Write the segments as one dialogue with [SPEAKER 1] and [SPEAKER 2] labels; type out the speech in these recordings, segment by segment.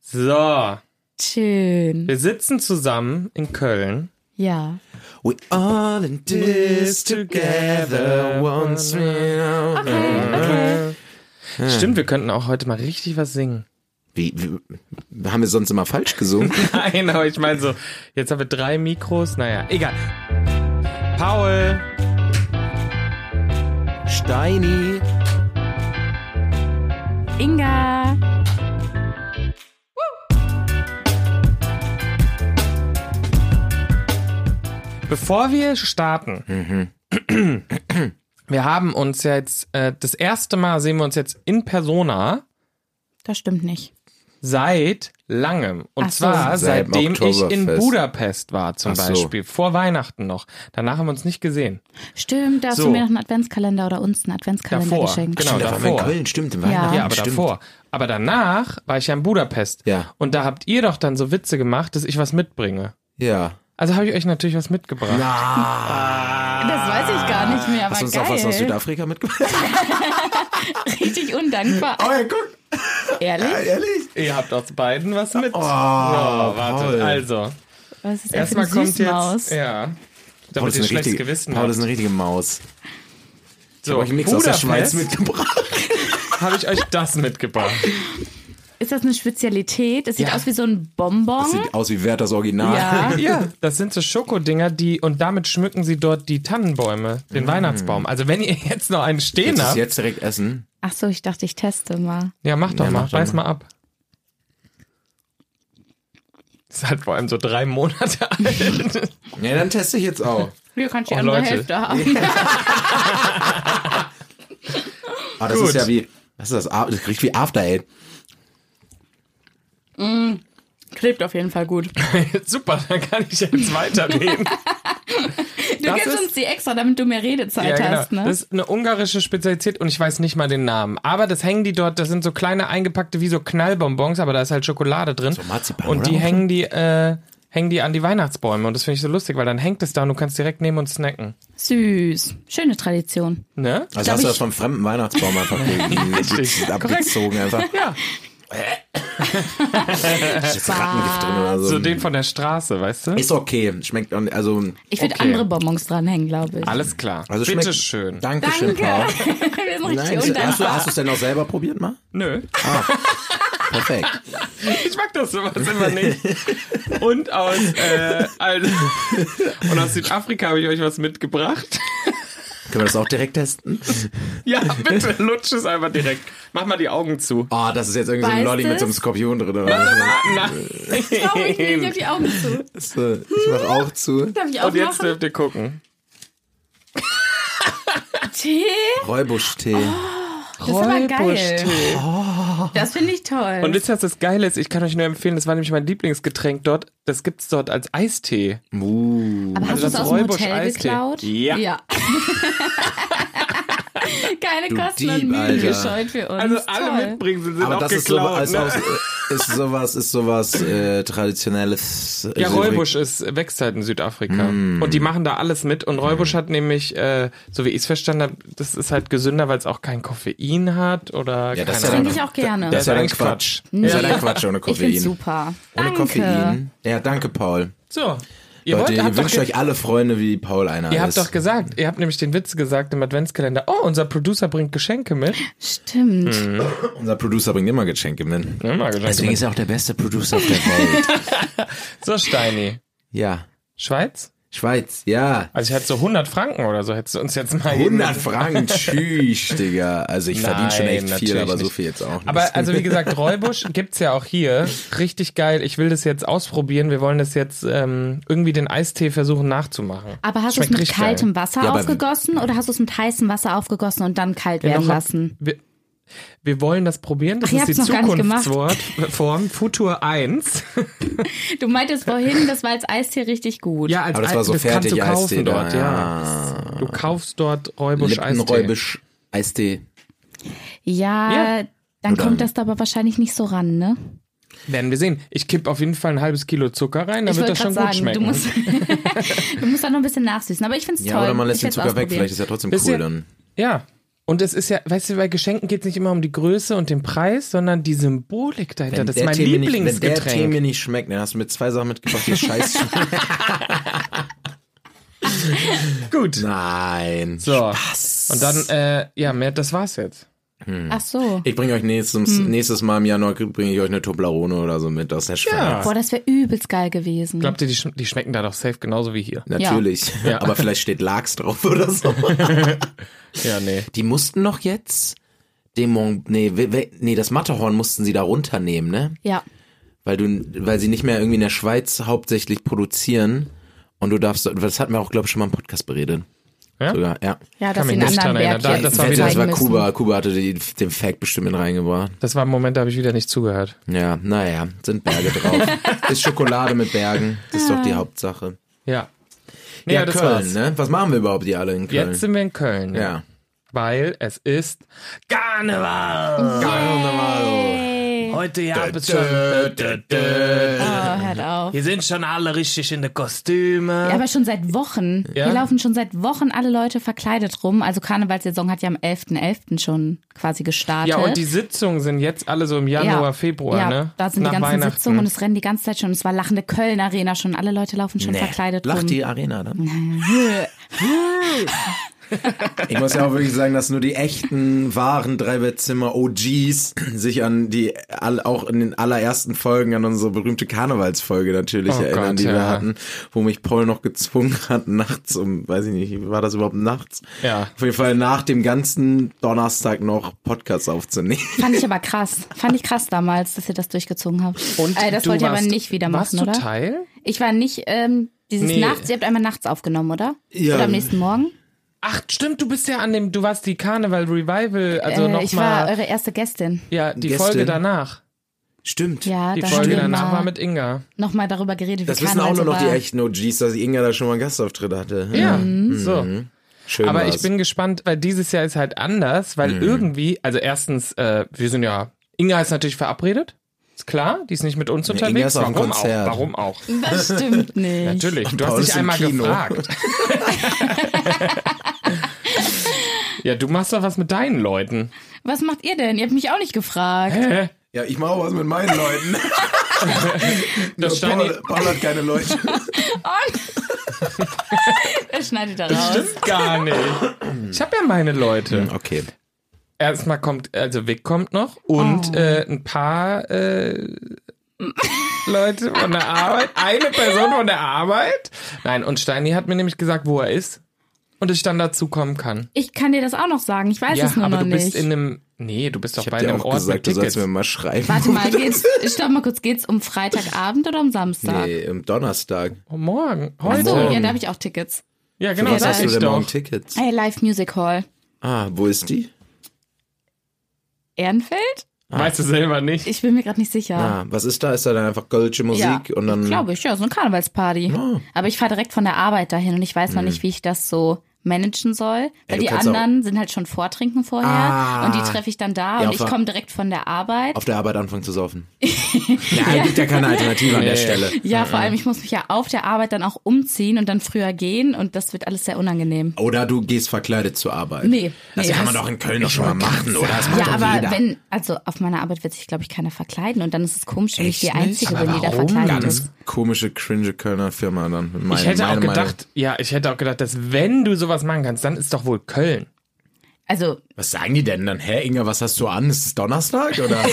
[SPEAKER 1] So,
[SPEAKER 2] Schön.
[SPEAKER 1] wir sitzen zusammen in Köln.
[SPEAKER 2] Ja.
[SPEAKER 3] We all in this together once more.
[SPEAKER 1] Äh. Stimmt, wir könnten auch heute mal richtig was singen.
[SPEAKER 3] Wie, wie, haben wir sonst immer falsch gesungen?
[SPEAKER 1] Nein, aber ich meine so, jetzt haben wir drei Mikros. Naja, egal. Paul,
[SPEAKER 3] Steini.
[SPEAKER 2] Inga.
[SPEAKER 1] bevor wir starten,
[SPEAKER 3] Mhm.
[SPEAKER 1] wir haben uns ja jetzt, äh, das erste Mal sehen wir uns jetzt in Persona
[SPEAKER 2] Das stimmt nicht.
[SPEAKER 1] seit langem. Und
[SPEAKER 2] Ach so.
[SPEAKER 1] zwar
[SPEAKER 3] Seit dem
[SPEAKER 1] seitdem ich in
[SPEAKER 3] Oktoberfest.
[SPEAKER 1] Budapest war zum
[SPEAKER 3] Ach so.
[SPEAKER 1] Beispiel, vor Weihnachten noch. Danach haben wir uns nicht gesehen.
[SPEAKER 2] Stimmt, da hast
[SPEAKER 1] So.
[SPEAKER 2] du mir noch einen Adventskalender oder uns einen Adventskalender
[SPEAKER 1] Davor,
[SPEAKER 2] geschenkt.
[SPEAKER 1] genau.
[SPEAKER 3] Da waren wir in
[SPEAKER 1] davor.
[SPEAKER 3] Köln, stimmt, Weihnachten.
[SPEAKER 1] Ja, aber
[SPEAKER 3] stimmt.
[SPEAKER 1] davor. Aber danach war ich ja in Budapest.
[SPEAKER 3] Ja.
[SPEAKER 1] Und da habt ihr doch dann so Witze gemacht, dass ich was mitbringe.
[SPEAKER 3] Ja. Ah,
[SPEAKER 1] Also habe ich euch natürlich was mitgebracht.
[SPEAKER 2] Ah, Das weiß ich gar nicht mehr, aber
[SPEAKER 3] Hast du uns
[SPEAKER 2] geil.
[SPEAKER 3] auch was aus Südafrika mitgebracht?
[SPEAKER 2] Richtig undankbar.
[SPEAKER 3] Oh, ja, guck.
[SPEAKER 2] Ehrlich?
[SPEAKER 3] Ehrlich?
[SPEAKER 1] Ihr habt aus beiden was mit. Oh, warte.
[SPEAKER 3] Paul.
[SPEAKER 1] Also,
[SPEAKER 2] Was ist das für
[SPEAKER 1] erstmal
[SPEAKER 2] eine
[SPEAKER 1] kommt jetzt.
[SPEAKER 2] Süßmaus?
[SPEAKER 1] Ja.
[SPEAKER 3] Paul
[SPEAKER 1] Damit
[SPEAKER 3] ist
[SPEAKER 1] ihr
[SPEAKER 3] eine
[SPEAKER 1] schlechtes
[SPEAKER 3] richtige,
[SPEAKER 1] Gewissen
[SPEAKER 3] Paul
[SPEAKER 1] habt.
[SPEAKER 3] ist eine richtige Maus.
[SPEAKER 1] so,
[SPEAKER 3] Euch einen Mix aus der Schweiz
[SPEAKER 1] Budapest
[SPEAKER 3] mitgebracht.
[SPEAKER 1] habe ich euch das mitgebracht.
[SPEAKER 2] Ist das eine Spezialität? Es sieht
[SPEAKER 1] Ja.
[SPEAKER 2] aus wie so ein Bonbon.
[SPEAKER 3] Sieht aus wie Wert das Original.
[SPEAKER 2] ja.
[SPEAKER 1] Ah, Ja, das sind so Schokodinger, die und damit schmücken sie dort die Tannenbäume, den Weihnachtsbaum. Also wenn ihr jetzt noch einen stehen
[SPEAKER 3] Willst du es
[SPEAKER 1] habt,
[SPEAKER 3] Mm. jetzt direkt essen?
[SPEAKER 2] Ach so, ich dachte, ich teste mal.
[SPEAKER 1] ja mach doch
[SPEAKER 3] Ja,
[SPEAKER 1] mal,
[SPEAKER 3] mach doch
[SPEAKER 1] reiß mal ab. Ist halt vor allem so drei Monate alt.
[SPEAKER 3] Ja, dann teste ich jetzt auch.
[SPEAKER 2] Hier kannst du die
[SPEAKER 1] Oh,
[SPEAKER 2] andere
[SPEAKER 1] Leute.
[SPEAKER 2] Hälfte haben.
[SPEAKER 3] Ah, das
[SPEAKER 1] Gut.
[SPEAKER 3] ist ja wie, was ist das? Ah, Das riecht wie After Eight.
[SPEAKER 2] Klebt auf jeden Fall gut. Du
[SPEAKER 1] Super, dann kann ich jetzt weiterreden. Das
[SPEAKER 2] gibst
[SPEAKER 1] ist- genau.
[SPEAKER 2] uns die extra, damit du mehr Redezeit hast, ne?
[SPEAKER 1] Das ist eine ungarische Spezialität und ich weiß nicht mal den Namen. Aber das hängen die dort, das sind so kleine eingepackte wie so Knallbonbons, aber da ist halt Schokolade drin. So
[SPEAKER 3] Marzipan,
[SPEAKER 1] und
[SPEAKER 3] oder?
[SPEAKER 1] die hängen die, äh, hängen die an die Weihnachtsbäume und das finde ich so lustig, weil dann hängt es da und du kannst direkt nehmen und snacken.
[SPEAKER 2] Süß. Schöne Tradition.
[SPEAKER 1] Ne?
[SPEAKER 3] Also
[SPEAKER 2] Glaub
[SPEAKER 3] hast du
[SPEAKER 2] ich-
[SPEAKER 3] das vom fremden Weihnachtsbaum einfach ge- abgezogen einfach.
[SPEAKER 1] Ja.
[SPEAKER 3] Das ist Rattengift drin oder so.
[SPEAKER 1] So den von der Straße, weißt du?
[SPEAKER 3] Also ist okay, schmeckt auch nicht- also
[SPEAKER 2] Ich würde
[SPEAKER 1] Okay.
[SPEAKER 2] andere Bonbons dranhängen, glaube ich.
[SPEAKER 1] Alles klar.
[SPEAKER 3] also schmeckt
[SPEAKER 1] Bitteschön.
[SPEAKER 3] Dankeschön,
[SPEAKER 2] Wir
[SPEAKER 3] Paul.
[SPEAKER 2] sind
[SPEAKER 3] Nein,
[SPEAKER 2] richtig
[SPEAKER 3] hast du
[SPEAKER 2] undankbar.
[SPEAKER 3] hast du es denn auch selber probiert mal?
[SPEAKER 1] Nö.
[SPEAKER 3] Perfekt.
[SPEAKER 1] Ich mag das sowas immer nicht. Und aus, äh, also, und aus Südafrika habe ich euch was mitgebracht.
[SPEAKER 3] Können wir das auch direkt testen?
[SPEAKER 1] Ja, bitte, lutsch es einfach direkt. Mach mal die Augen zu.
[SPEAKER 3] Oh, das ist jetzt irgendwie so ein
[SPEAKER 2] Weißt
[SPEAKER 3] Lolli mit so einem
[SPEAKER 2] du's?
[SPEAKER 3] Skorpion drin oder
[SPEAKER 1] Nein.
[SPEAKER 2] Trau mich nicht, ich hab die Augen zu.
[SPEAKER 3] was? Äh, Ich mach auch zu.
[SPEAKER 2] Darf ich auch
[SPEAKER 1] Und jetzt
[SPEAKER 2] machen?
[SPEAKER 1] dürft ihr gucken.
[SPEAKER 3] äh,
[SPEAKER 2] Tee?
[SPEAKER 3] Räubusch-Tee.
[SPEAKER 2] Das ist aber geil. Das finde ich toll.
[SPEAKER 1] Und wisst ihr, was das Geile ist? Ich kann euch nur empfehlen, das war nämlich mein Lieblingsgetränk dort. Das gibt's dort als Eistee.
[SPEAKER 3] Uh.
[SPEAKER 2] aber hast du es
[SPEAKER 1] das
[SPEAKER 2] aus dem
[SPEAKER 1] Räubusch
[SPEAKER 2] Hotel
[SPEAKER 1] Eistee.
[SPEAKER 2] geklaut?
[SPEAKER 1] Ja.
[SPEAKER 2] Keine
[SPEAKER 3] Du
[SPEAKER 2] Kosten und
[SPEAKER 3] Dieb,
[SPEAKER 2] Mühen
[SPEAKER 3] Alter.
[SPEAKER 2] gescheut für uns.
[SPEAKER 1] Also
[SPEAKER 2] toll.
[SPEAKER 1] alle Mitbringsel sind
[SPEAKER 3] Aber
[SPEAKER 1] auch
[SPEAKER 3] das ist,
[SPEAKER 1] geklaut.
[SPEAKER 3] sowas,
[SPEAKER 1] ne?
[SPEAKER 3] ist, auch, äh, ist sowas, ist sowas äh, traditionelles.
[SPEAKER 1] ja,
[SPEAKER 3] also- Hm.
[SPEAKER 1] Räubusch ist, wächst halt in Südafrika. Und die machen da alles mit. Und Räubusch hat nämlich, äh, so wie ich es verstanden habe, das ist halt gesünder, weil es auch kein Koffein hat oder
[SPEAKER 3] Ja, das
[SPEAKER 1] keine
[SPEAKER 3] ist ja
[SPEAKER 1] Ahnung.
[SPEAKER 2] Trinke ich auch gerne.
[SPEAKER 3] Das ist ja dann
[SPEAKER 1] eigentlich
[SPEAKER 3] Quatsch. Das ist ja dann Quatsch ohne
[SPEAKER 2] ich finde
[SPEAKER 3] Koffein.
[SPEAKER 2] super.
[SPEAKER 3] Ohne
[SPEAKER 2] Danke.
[SPEAKER 3] Koffein. Ja, danke, Paul.
[SPEAKER 1] So. Ihr
[SPEAKER 3] Leute,
[SPEAKER 1] wollt,
[SPEAKER 3] ihr
[SPEAKER 1] habt doch
[SPEAKER 3] wünscht euch alle Freunde wie Paul einer.
[SPEAKER 1] Ihr habt
[SPEAKER 3] ist.
[SPEAKER 1] doch gesagt, ihr habt nämlich den Witz gesagt im Adventskalender. Oh, unser Producer bringt Geschenke mit.
[SPEAKER 2] Stimmt.
[SPEAKER 3] Hm. Unser Producer bringt immer Geschenke mit.
[SPEAKER 1] Immer Geschenke mit.
[SPEAKER 3] er auch der beste Producer auf der Welt.
[SPEAKER 1] So, Steini.
[SPEAKER 3] ja.
[SPEAKER 1] Schweiz?
[SPEAKER 3] Schweiz, ja.
[SPEAKER 1] Also ich hätte so 100 Franken oder so, hättest du uns jetzt mal
[SPEAKER 3] 100 Franken, tschüss, Digga. Also ich verdiene schon
[SPEAKER 1] Nein,
[SPEAKER 3] echt viel,
[SPEAKER 1] natürlich
[SPEAKER 3] aber so
[SPEAKER 1] nicht.
[SPEAKER 3] viel jetzt auch nicht.
[SPEAKER 1] Aber also wie gesagt, Räubusch gibt's ja auch hier. Richtig geil. Ich will das jetzt ausprobieren. Wir wollen das jetzt ähm, irgendwie den Eistee versuchen nachzumachen.
[SPEAKER 2] Aber hast du es
[SPEAKER 1] Schmeckt
[SPEAKER 2] mit
[SPEAKER 1] richtig geil.
[SPEAKER 2] kaltem Wasser
[SPEAKER 3] Ja, aber-
[SPEAKER 2] aufgegossen oder hast du es mit heißem Wasser aufgegossen und dann kalt
[SPEAKER 1] Ja,
[SPEAKER 2] werden
[SPEAKER 1] noch hab-
[SPEAKER 2] lassen?
[SPEAKER 1] Wir, wir wollen das probieren. Das
[SPEAKER 2] Ach, ihr
[SPEAKER 1] ist die
[SPEAKER 2] habt's noch gar nicht gemacht.
[SPEAKER 1] Zukunftsform Futur 1.
[SPEAKER 2] Du meintest vorhin, das war als Eistee richtig gut.
[SPEAKER 1] Ja, als
[SPEAKER 3] Aber das war
[SPEAKER 1] Ei-
[SPEAKER 3] so
[SPEAKER 1] kannst äh, du
[SPEAKER 3] fertig
[SPEAKER 1] kaufen
[SPEAKER 3] Eistee da,
[SPEAKER 1] dort, ja. Du kaufst dort Räubusch Eistee.
[SPEAKER 3] Lippenräubisch, Eistee.
[SPEAKER 2] Ja,
[SPEAKER 1] Ja.
[SPEAKER 2] dann
[SPEAKER 3] Oder-
[SPEAKER 2] kommt das da aber wahrscheinlich nicht so ran, ne?
[SPEAKER 1] Werden wir sehen. Ich kipp auf jeden Fall ein halbes Kilo Zucker rein, dann
[SPEAKER 2] Ich
[SPEAKER 1] wird
[SPEAKER 2] wollte
[SPEAKER 1] das schon
[SPEAKER 2] gerade
[SPEAKER 1] gut
[SPEAKER 2] sagen,
[SPEAKER 1] schmecken.
[SPEAKER 2] du musst, du musst da noch ein bisschen nachsüßen. Aber ich finde es
[SPEAKER 3] Ja,
[SPEAKER 2] toll.
[SPEAKER 3] oder man
[SPEAKER 2] ich
[SPEAKER 3] lässt den
[SPEAKER 2] werd's
[SPEAKER 3] Zucker weg,
[SPEAKER 2] ausprobieren.
[SPEAKER 3] vielleicht ist ja trotzdem
[SPEAKER 1] Wisst
[SPEAKER 3] cool
[SPEAKER 1] ihr-
[SPEAKER 3] dann.
[SPEAKER 1] ja, Und es ist ja, weißt du, bei Geschenken geht es nicht immer um die Größe und den Preis, sondern die Symbolik dahinter. das ist mein
[SPEAKER 3] Tee mir nicht- Wenn der Tee
[SPEAKER 1] Lieblingsgetränk.
[SPEAKER 3] mir nicht schmeckt, dann hast du mir zwei Sachen mitgebracht, die scheiße.
[SPEAKER 1] Gut.
[SPEAKER 3] Nein.
[SPEAKER 1] So. Und dann, äh, ja, mehr, das war's jetzt.
[SPEAKER 2] Ach so.
[SPEAKER 3] Ich bringe euch nächstes,
[SPEAKER 1] Hm.
[SPEAKER 3] nächstes Mal im Januar bringe ich euch eine Toblerone oder so mit aus der Schweiz.
[SPEAKER 2] Boah, das wäre übelst geil gewesen.
[SPEAKER 1] Glaubt ihr, die, sch die schmecken da doch safe genauso wie hier?
[SPEAKER 3] Natürlich.
[SPEAKER 1] Ja.
[SPEAKER 3] Aber vielleicht steht Lachs drauf oder so.
[SPEAKER 1] Ja, nee.
[SPEAKER 3] Die mussten noch jetzt den Mont, nee, we- we- nee, das Matterhorn mussten sie da runternehmen, ne?
[SPEAKER 2] ja.
[SPEAKER 3] Weil du, weil sie nicht mehr irgendwie in der Schweiz hauptsächlich produzieren. Und du darfst, das hatten wir auch, glaube ich, schon mal im Podcast beredet.
[SPEAKER 1] Ja?
[SPEAKER 3] Sogar, ja.
[SPEAKER 2] ja, dass
[SPEAKER 1] mich
[SPEAKER 2] sie einen
[SPEAKER 1] nicht dran erinnern.
[SPEAKER 2] anderen Berg
[SPEAKER 1] Da-
[SPEAKER 2] hier
[SPEAKER 1] das
[SPEAKER 3] Das
[SPEAKER 1] war
[SPEAKER 3] war,
[SPEAKER 1] wieder-
[SPEAKER 3] das war
[SPEAKER 2] zeigen müssen.
[SPEAKER 3] Kuba. Kuba hatte die, den Fact bestimmt mit reingebracht.
[SPEAKER 1] Das war ein Moment, da habe ich wieder nicht zugehört.
[SPEAKER 3] Ja, naja, sind Berge drauf. ist Schokolade mit Bergen. Das ist doch die Hauptsache.
[SPEAKER 1] Ja. Nee,
[SPEAKER 3] Ja,
[SPEAKER 1] aber das
[SPEAKER 3] Köln,
[SPEAKER 1] war's.
[SPEAKER 3] ne? Was machen wir überhaupt die alle in Köln?
[SPEAKER 1] Jetzt sind wir in Köln.
[SPEAKER 3] ja.
[SPEAKER 1] Weil es ist Karneval.
[SPEAKER 2] Hey.
[SPEAKER 1] Heute ja bis
[SPEAKER 2] Oh, hört auf.
[SPEAKER 1] Hier sind schon alle richtig in den Kostüme.
[SPEAKER 2] Ja, aber schon seit Wochen.
[SPEAKER 1] Ja?
[SPEAKER 2] Hier laufen schon seit Wochen alle Leute verkleidet rum. Also Karnevalssaison hat ja am 11.11. schon quasi gestartet.
[SPEAKER 1] Ja, und die Sitzungen sind jetzt alle so im Januar,
[SPEAKER 2] Ja.
[SPEAKER 1] Februar,
[SPEAKER 2] ja,
[SPEAKER 1] ne?
[SPEAKER 2] da sind
[SPEAKER 1] Nach
[SPEAKER 2] die ganzen
[SPEAKER 1] Weihnachten.
[SPEAKER 2] Sitzungen und es rennen die ganze Zeit schon. Es war lachende Köln-Arena schon. Alle Leute laufen schon verkleidet
[SPEAKER 3] Lacht
[SPEAKER 2] rum.
[SPEAKER 3] die Arena dann. ich muss ja auch wirklich sagen, dass nur die echten, wahren Dreibettzimmer-OGs sich an die, all, auch in den allerersten Folgen an unsere berühmte Karnevalsfolge natürlich
[SPEAKER 1] Oh
[SPEAKER 3] erinnern,
[SPEAKER 1] Gott,
[SPEAKER 3] die wir
[SPEAKER 1] ja.
[SPEAKER 3] hatten, wo mich Paul noch gezwungen hat, nachts um, weiß ich nicht, war das überhaupt nachts?
[SPEAKER 1] Ja.
[SPEAKER 3] Auf jeden Fall nach dem ganzen Donnerstag noch Podcasts aufzunehmen.
[SPEAKER 2] Fand ich aber krass. Fand ich krass damals, dass ihr das durchgezogen habt. äh, das
[SPEAKER 1] du
[SPEAKER 2] wollt ihr aber
[SPEAKER 1] warst-
[SPEAKER 2] nicht wieder
[SPEAKER 1] warst
[SPEAKER 2] machen,
[SPEAKER 1] du
[SPEAKER 2] oder?
[SPEAKER 1] Teil?
[SPEAKER 2] Ich war nicht ähm, dieses
[SPEAKER 1] Nee.
[SPEAKER 2] Nachts, ihr habt einmal nachts aufgenommen, oder?
[SPEAKER 3] Ja.
[SPEAKER 2] Oder am nächsten Morgen?
[SPEAKER 1] Ach, stimmt, du bist ja an dem, du warst die Karneval Revival, also
[SPEAKER 2] äh,
[SPEAKER 1] noch
[SPEAKER 2] ich war
[SPEAKER 1] nochmal,
[SPEAKER 2] eure erste Gästin.
[SPEAKER 1] ja, die
[SPEAKER 3] Gästin.
[SPEAKER 1] Folge danach.
[SPEAKER 3] Stimmt.
[SPEAKER 2] Ja,
[SPEAKER 1] Die
[SPEAKER 2] da
[SPEAKER 1] Folge
[SPEAKER 2] haben
[SPEAKER 1] danach
[SPEAKER 2] wir
[SPEAKER 1] war mit Inga.
[SPEAKER 2] nochmal darüber geredet,
[SPEAKER 3] Das
[SPEAKER 2] wie
[SPEAKER 3] wissen
[SPEAKER 2] Karneval
[SPEAKER 3] auch nur
[SPEAKER 2] so
[SPEAKER 3] noch die
[SPEAKER 2] war.
[SPEAKER 3] echten OGs, dass Inga da schon mal einen Gastauftritt hatte.
[SPEAKER 1] Ja,
[SPEAKER 2] Mhm.
[SPEAKER 3] Mhm.
[SPEAKER 1] so.
[SPEAKER 3] Schön
[SPEAKER 1] Aber
[SPEAKER 3] war's.
[SPEAKER 1] ich bin gespannt, weil dieses Jahr ist halt anders, weil
[SPEAKER 3] Mhm.
[SPEAKER 1] irgendwie, also erstens, äh, wir sind ja, Inga ist natürlich verabredet, ist klar, die ist nicht mit uns unterwegs.
[SPEAKER 3] Inga ist auf dem
[SPEAKER 1] warum
[SPEAKER 3] Konzert.
[SPEAKER 1] auch? Warum auch?
[SPEAKER 2] Das stimmt nicht.
[SPEAKER 1] Natürlich, du
[SPEAKER 3] Paul
[SPEAKER 1] hast
[SPEAKER 3] ist
[SPEAKER 1] dich
[SPEAKER 3] im
[SPEAKER 1] einmal
[SPEAKER 3] Kino.
[SPEAKER 1] gefragt. ja, du machst doch was mit deinen Leuten.
[SPEAKER 2] Was macht ihr denn? Ihr habt mich auch nicht gefragt.
[SPEAKER 3] Ja, ich mache auch was mit meinen Leuten.
[SPEAKER 1] Das Steini,
[SPEAKER 3] Paul hat keine Leute.
[SPEAKER 2] Oh Das schneidet da raus.
[SPEAKER 1] stimmt gar nicht. Ich habe ja meine Leute.
[SPEAKER 3] Okay.
[SPEAKER 1] Erstmal kommt, also Vic kommt noch und
[SPEAKER 2] Oh.
[SPEAKER 1] äh, ein paar äh, Leute von der Arbeit, eine Person von der Arbeit. Nein, und Steini hat mir nämlich gesagt, wo er ist und ich dann dazu kommen kann.
[SPEAKER 2] Ich kann dir das auch noch sagen. Ich weiß
[SPEAKER 1] ja,
[SPEAKER 2] es nur
[SPEAKER 1] aber
[SPEAKER 2] noch
[SPEAKER 1] du bist
[SPEAKER 2] nicht.
[SPEAKER 1] in einem, nee, du bist doch
[SPEAKER 3] Ich
[SPEAKER 1] bei
[SPEAKER 3] habe dir
[SPEAKER 1] einem
[SPEAKER 3] auch
[SPEAKER 1] Ort
[SPEAKER 3] gesagt, du
[SPEAKER 1] mit
[SPEAKER 3] sollst
[SPEAKER 1] Tickets.
[SPEAKER 3] mir mal schreiben.
[SPEAKER 2] Warte mal, geht's, stopp mal kurz, geht's um Freitagabend oder um Samstag?
[SPEAKER 3] Nee, am Donnerstag.
[SPEAKER 1] Oh, morgen,
[SPEAKER 2] Ach
[SPEAKER 1] heute.
[SPEAKER 2] so,
[SPEAKER 3] morgen.
[SPEAKER 2] ja, da habe ich auch Tickets.
[SPEAKER 1] Ja,
[SPEAKER 3] Für
[SPEAKER 1] genau,
[SPEAKER 3] was
[SPEAKER 1] sag
[SPEAKER 3] hast du
[SPEAKER 1] ich
[SPEAKER 3] denn
[SPEAKER 1] doch.
[SPEAKER 3] morgen Tickets?
[SPEAKER 2] Hey, Live Music Hall.
[SPEAKER 3] Ah, wo ist die?
[SPEAKER 2] Ehrenfeld?
[SPEAKER 1] Weißt du selber nicht.
[SPEAKER 2] Ich bin mir gerade nicht sicher.
[SPEAKER 3] Ah, was ist da? Ist da dann einfach kölsche Musik
[SPEAKER 2] ja,
[SPEAKER 3] und dann.
[SPEAKER 2] Glaube ich, ja, so eine Karnevalsparty.
[SPEAKER 3] Ah.
[SPEAKER 2] Aber ich fahre direkt von der Arbeit dahin und ich weiß noch nicht, wie ich das so managen soll. Weil
[SPEAKER 3] Mhm. du
[SPEAKER 2] die
[SPEAKER 3] kannst auch-
[SPEAKER 2] anderen sind halt schon vortrinken vorher
[SPEAKER 3] Ah.
[SPEAKER 2] und die treffe ich dann da
[SPEAKER 3] Ja,
[SPEAKER 2] und ich
[SPEAKER 3] auf-
[SPEAKER 2] komme direkt von der Arbeit.
[SPEAKER 3] Auf der Arbeit anfangen zu saufen. ja, gibt ja keine Alternative an der
[SPEAKER 1] Nee.
[SPEAKER 3] Stelle.
[SPEAKER 2] Ja, vor allem, ich muss mich ja auf der Arbeit dann auch umziehen und dann früher gehen und das wird alles sehr unangenehm.
[SPEAKER 3] Oder du gehst verkleidet zur Arbeit.
[SPEAKER 2] Nee,
[SPEAKER 3] Das
[SPEAKER 2] nee,
[SPEAKER 3] Also kann man
[SPEAKER 2] das-
[SPEAKER 3] doch in Köln doch schon mal machen, oder? Das macht
[SPEAKER 2] Ja,
[SPEAKER 3] doch
[SPEAKER 2] aber
[SPEAKER 3] jeder.
[SPEAKER 2] wenn, also auf meiner Arbeit wird sich, glaube ich, keiner verkleiden und dann ist es komisch, wenn ich
[SPEAKER 3] Echt
[SPEAKER 2] die
[SPEAKER 3] nicht?
[SPEAKER 2] Einzige bin, die da
[SPEAKER 1] warum?
[SPEAKER 2] verkleidet
[SPEAKER 1] Ganz
[SPEAKER 2] ist.
[SPEAKER 3] Komische, cringe Kölner Firma dann. Meine,
[SPEAKER 1] Ich hätte auch
[SPEAKER 3] meine Meinung.
[SPEAKER 1] gedacht, ja, ich hätte auch gedacht, dass wenn du sowas machen kannst, dann ist doch wohl Köln.
[SPEAKER 2] Also,
[SPEAKER 3] Was sagen die denn dann? Hä, Inga, was hast du an? Ist es Donnerstag? Oder?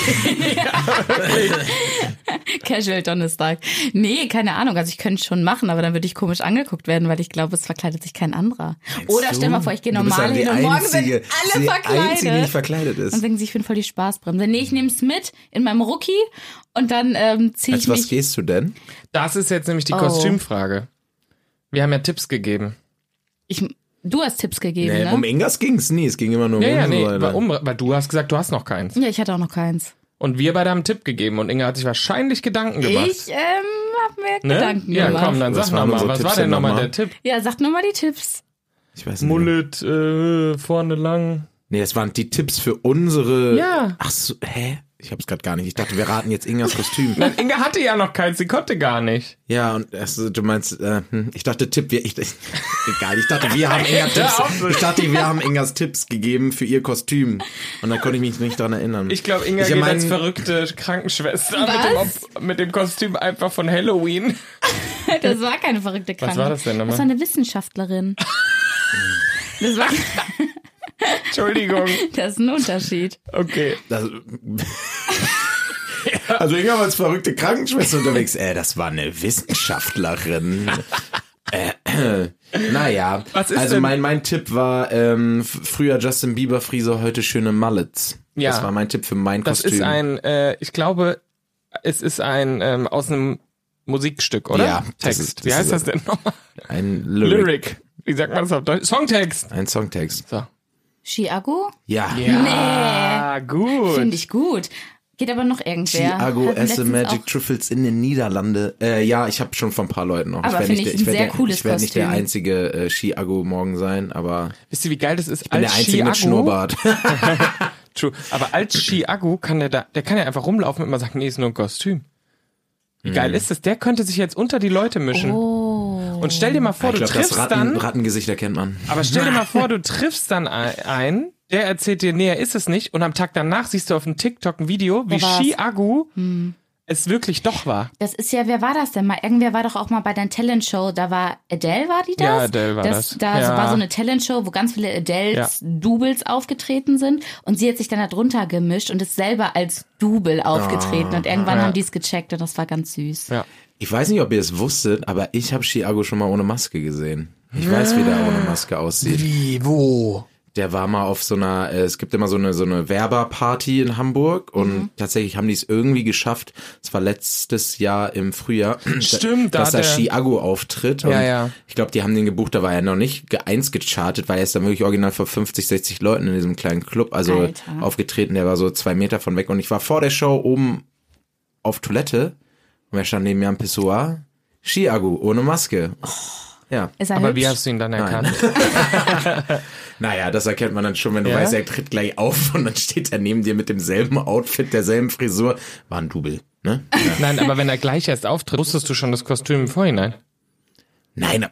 [SPEAKER 2] Casual Donnerstag. Nee, keine Ahnung. Also ich könnte es schon machen, aber dann würde ich komisch angeguckt werden, weil ich glaube, es verkleidet sich kein anderer. Oder stell mal vor, ich gehe
[SPEAKER 3] Du bist
[SPEAKER 2] normal
[SPEAKER 3] dann die
[SPEAKER 2] hin und morgen sind
[SPEAKER 3] Einzige-
[SPEAKER 2] alle
[SPEAKER 3] die Einzige, die nicht
[SPEAKER 2] verkleidet.
[SPEAKER 3] verkleidet ist.
[SPEAKER 2] Und denken sie, ich bin voll die Spaßbremse. Nee, ich nehme es mit in meinem Rucki und dann ähm, ziehe ich
[SPEAKER 3] Als was
[SPEAKER 2] mich.
[SPEAKER 3] gehst du denn?
[SPEAKER 1] Das ist jetzt nämlich die
[SPEAKER 2] Oh.
[SPEAKER 1] Kostümfrage. Wir haben ja Tipps gegeben.
[SPEAKER 2] Ich, du hast Tipps gegeben,
[SPEAKER 3] Nee,
[SPEAKER 2] ne?
[SPEAKER 3] um Ingas ging's nie, es ging immer nur
[SPEAKER 1] Ja,
[SPEAKER 3] um
[SPEAKER 1] ja, nee,
[SPEAKER 3] Leute.
[SPEAKER 1] warum? Weil du hast gesagt, du hast noch keins.
[SPEAKER 2] ja, ich hatte auch noch keins.
[SPEAKER 1] Und wir beide haben einen Tipp gegeben und Inga hat sich wahrscheinlich Gedanken gemacht.
[SPEAKER 2] Ich ähm, habe mir
[SPEAKER 1] ne?
[SPEAKER 2] Gedanken
[SPEAKER 1] ja,
[SPEAKER 2] gemacht.
[SPEAKER 1] komm, dann
[SPEAKER 3] Was
[SPEAKER 1] sag
[SPEAKER 3] waren
[SPEAKER 1] nochmal,
[SPEAKER 3] unsere
[SPEAKER 1] was
[SPEAKER 3] Tipps
[SPEAKER 1] war denn
[SPEAKER 3] denn
[SPEAKER 1] nochmal
[SPEAKER 3] nochmal?
[SPEAKER 1] der Tipp?
[SPEAKER 2] Ja, sag nur mal die Tipps.
[SPEAKER 3] Ich weiß nicht.
[SPEAKER 1] Mullet, äh, vorne lang.
[SPEAKER 3] Nee, das waren die Tipps für unsere.
[SPEAKER 1] Ja.
[SPEAKER 3] Ach so, hä? Ich hab's gerade gar nicht. Ich dachte, wir raten jetzt Ingas Kostüm.
[SPEAKER 1] Nein, Inge hatte ja noch keins, sie konnte gar nicht.
[SPEAKER 3] Ja, und also, du meinst, äh, hm, ich dachte Tipp, wir, ich, ich, egal, ich dachte, wir haben Inga Tipps, ich dachte, wir haben Ingas Tipps gegeben für ihr Kostüm. Und dann konnte ich mich nicht dran erinnern.
[SPEAKER 1] Ich glaube, Inga
[SPEAKER 3] Ich
[SPEAKER 1] geht
[SPEAKER 3] mein-
[SPEAKER 1] als verrückte Krankenschwester
[SPEAKER 2] Was?
[SPEAKER 1] Mit, dem, Op- mit dem Kostüm einfach von Halloween.
[SPEAKER 2] Das war keine verrückte Krankheit.
[SPEAKER 1] war das denn nochmal?
[SPEAKER 2] Das war eine Wissenschaftlerin. Das war,
[SPEAKER 1] Entschuldigung.
[SPEAKER 2] das ist ein Unterschied.
[SPEAKER 1] Okay.
[SPEAKER 3] Das, also Inga war als verrückte Krankenschwester unterwegs. Äh, das war eine Wissenschaftlerin. Äh, äh, naja,
[SPEAKER 1] Was ist
[SPEAKER 3] also
[SPEAKER 1] denn-
[SPEAKER 3] mein mein Tipp war ähm, f- früher Justin Bieber Friese, heute schöne Mullets.
[SPEAKER 1] Ja.
[SPEAKER 3] Das war mein Tipp für mein
[SPEAKER 1] Das
[SPEAKER 3] Kostüm.
[SPEAKER 1] ist ein, äh, ich glaube, es ist ein ähm, aus einem Musikstück, oder?
[SPEAKER 3] Ja, das
[SPEAKER 1] Text.
[SPEAKER 3] ist- das
[SPEAKER 1] Wie heißt
[SPEAKER 3] ist-
[SPEAKER 1] das denn nochmal?
[SPEAKER 3] ein Lyric.
[SPEAKER 1] Lyric. Wie sagt man das auf Deutsch? Songtext.
[SPEAKER 3] ein Songtext.
[SPEAKER 1] So.
[SPEAKER 2] Chiago?
[SPEAKER 1] Ja,
[SPEAKER 3] Ja.
[SPEAKER 2] Finde
[SPEAKER 1] Ah, gut.
[SPEAKER 2] ich gut. Geht aber noch irgendwer.
[SPEAKER 3] Chiago
[SPEAKER 2] Hat mir
[SPEAKER 3] as the
[SPEAKER 2] letztens
[SPEAKER 3] Magic
[SPEAKER 2] auch-
[SPEAKER 3] Truffles in den Niederlande. Äh, ja, ich habe schon von ein paar Leuten noch.
[SPEAKER 2] Aber
[SPEAKER 3] werd
[SPEAKER 2] finde
[SPEAKER 3] nicht
[SPEAKER 2] ich
[SPEAKER 3] der-
[SPEAKER 2] ein
[SPEAKER 3] werd
[SPEAKER 2] sehr
[SPEAKER 3] der,
[SPEAKER 2] cooles
[SPEAKER 3] Ich werde nicht der
[SPEAKER 2] Kostüm.
[SPEAKER 3] einzige äh, Chiago morgen sein, aber
[SPEAKER 1] Wisst ihr, wie geil das ist?
[SPEAKER 3] bin der einzige mit Schnurrbart.
[SPEAKER 1] True. Aber als Chiago kann der da, der kann ja einfach rumlaufen und immer sagen, nee, ist nur ein Kostüm. Wie
[SPEAKER 3] Mhm.
[SPEAKER 1] geil ist das? Der könnte sich jetzt unter die Leute mischen. Und stell dir mal vor,
[SPEAKER 3] ich
[SPEAKER 1] du
[SPEAKER 3] glaube, das
[SPEAKER 1] triffst
[SPEAKER 3] Ratten,
[SPEAKER 1] dann,
[SPEAKER 3] Rattengesichter kennt man.
[SPEAKER 1] aber stell dir mal vor, du triffst dann ein- einen, der erzählt dir, nee, er ist es nicht, und am Tag danach siehst du auf dem TikTok ein Video, wie
[SPEAKER 2] Wer war's? Hm.
[SPEAKER 1] Chiago es wirklich doch war.
[SPEAKER 2] Das ist ja, wer war das denn mal? Irgendwer war doch auch mal bei der Talent Show. Da war Adele, war die das?
[SPEAKER 1] Ja, Adele war das.
[SPEAKER 2] Da
[SPEAKER 1] Ja.
[SPEAKER 2] war so eine Talent Show, wo ganz viele Adeles Doubles aufgetreten sind und sie hat sich dann da drunter gemischt und ist selber als Double aufgetreten und irgendwann
[SPEAKER 1] Ja.
[SPEAKER 2] haben die es gecheckt und das war ganz süß.
[SPEAKER 1] Ja.
[SPEAKER 3] Ich weiß nicht, ob ihr es wusstet, aber ich habe Chiago schon mal ohne Maske gesehen. Ich weiß, wie der ohne Maske aussieht.
[SPEAKER 1] Wie, wo?
[SPEAKER 3] Der war mal auf so einer, äh, es gibt immer so eine so eine Werberparty in Hamburg und
[SPEAKER 1] Mhm.
[SPEAKER 3] tatsächlich haben die es irgendwie geschafft. Es war letztes Jahr im Frühjahr,
[SPEAKER 1] Stimmt, da
[SPEAKER 3] dass da
[SPEAKER 1] hat er-
[SPEAKER 3] Chiago auftritt. Und
[SPEAKER 1] Ja, ja.
[SPEAKER 3] Ich glaube, die haben den gebucht, da war er noch nicht ge- eins gechartet, weil er ist dann wirklich original vor 50, 60 Leuten in diesem kleinen Club, also
[SPEAKER 2] Alter.
[SPEAKER 3] aufgetreten. Der war so zwei Meter von weg und ich war vor der Show oben auf Toilette und wer stand neben mir am Pissoir? Chiago ohne Maske.
[SPEAKER 1] Oh.
[SPEAKER 3] Ja.
[SPEAKER 2] Ist er
[SPEAKER 1] Aber
[SPEAKER 2] hübsch?
[SPEAKER 1] wie hast du ihn dann erkannt?
[SPEAKER 3] Naja, das erkennt man dann schon, wenn du
[SPEAKER 1] Ja?
[SPEAKER 3] weißt, er tritt gleich auf und dann steht er neben dir mit demselben Outfit, derselben Frisur. War ein Double, ne?
[SPEAKER 1] Nein, aber wenn er gleich erst auftritt, wusstest du schon das Kostüm im Vorhinein.
[SPEAKER 3] Nein,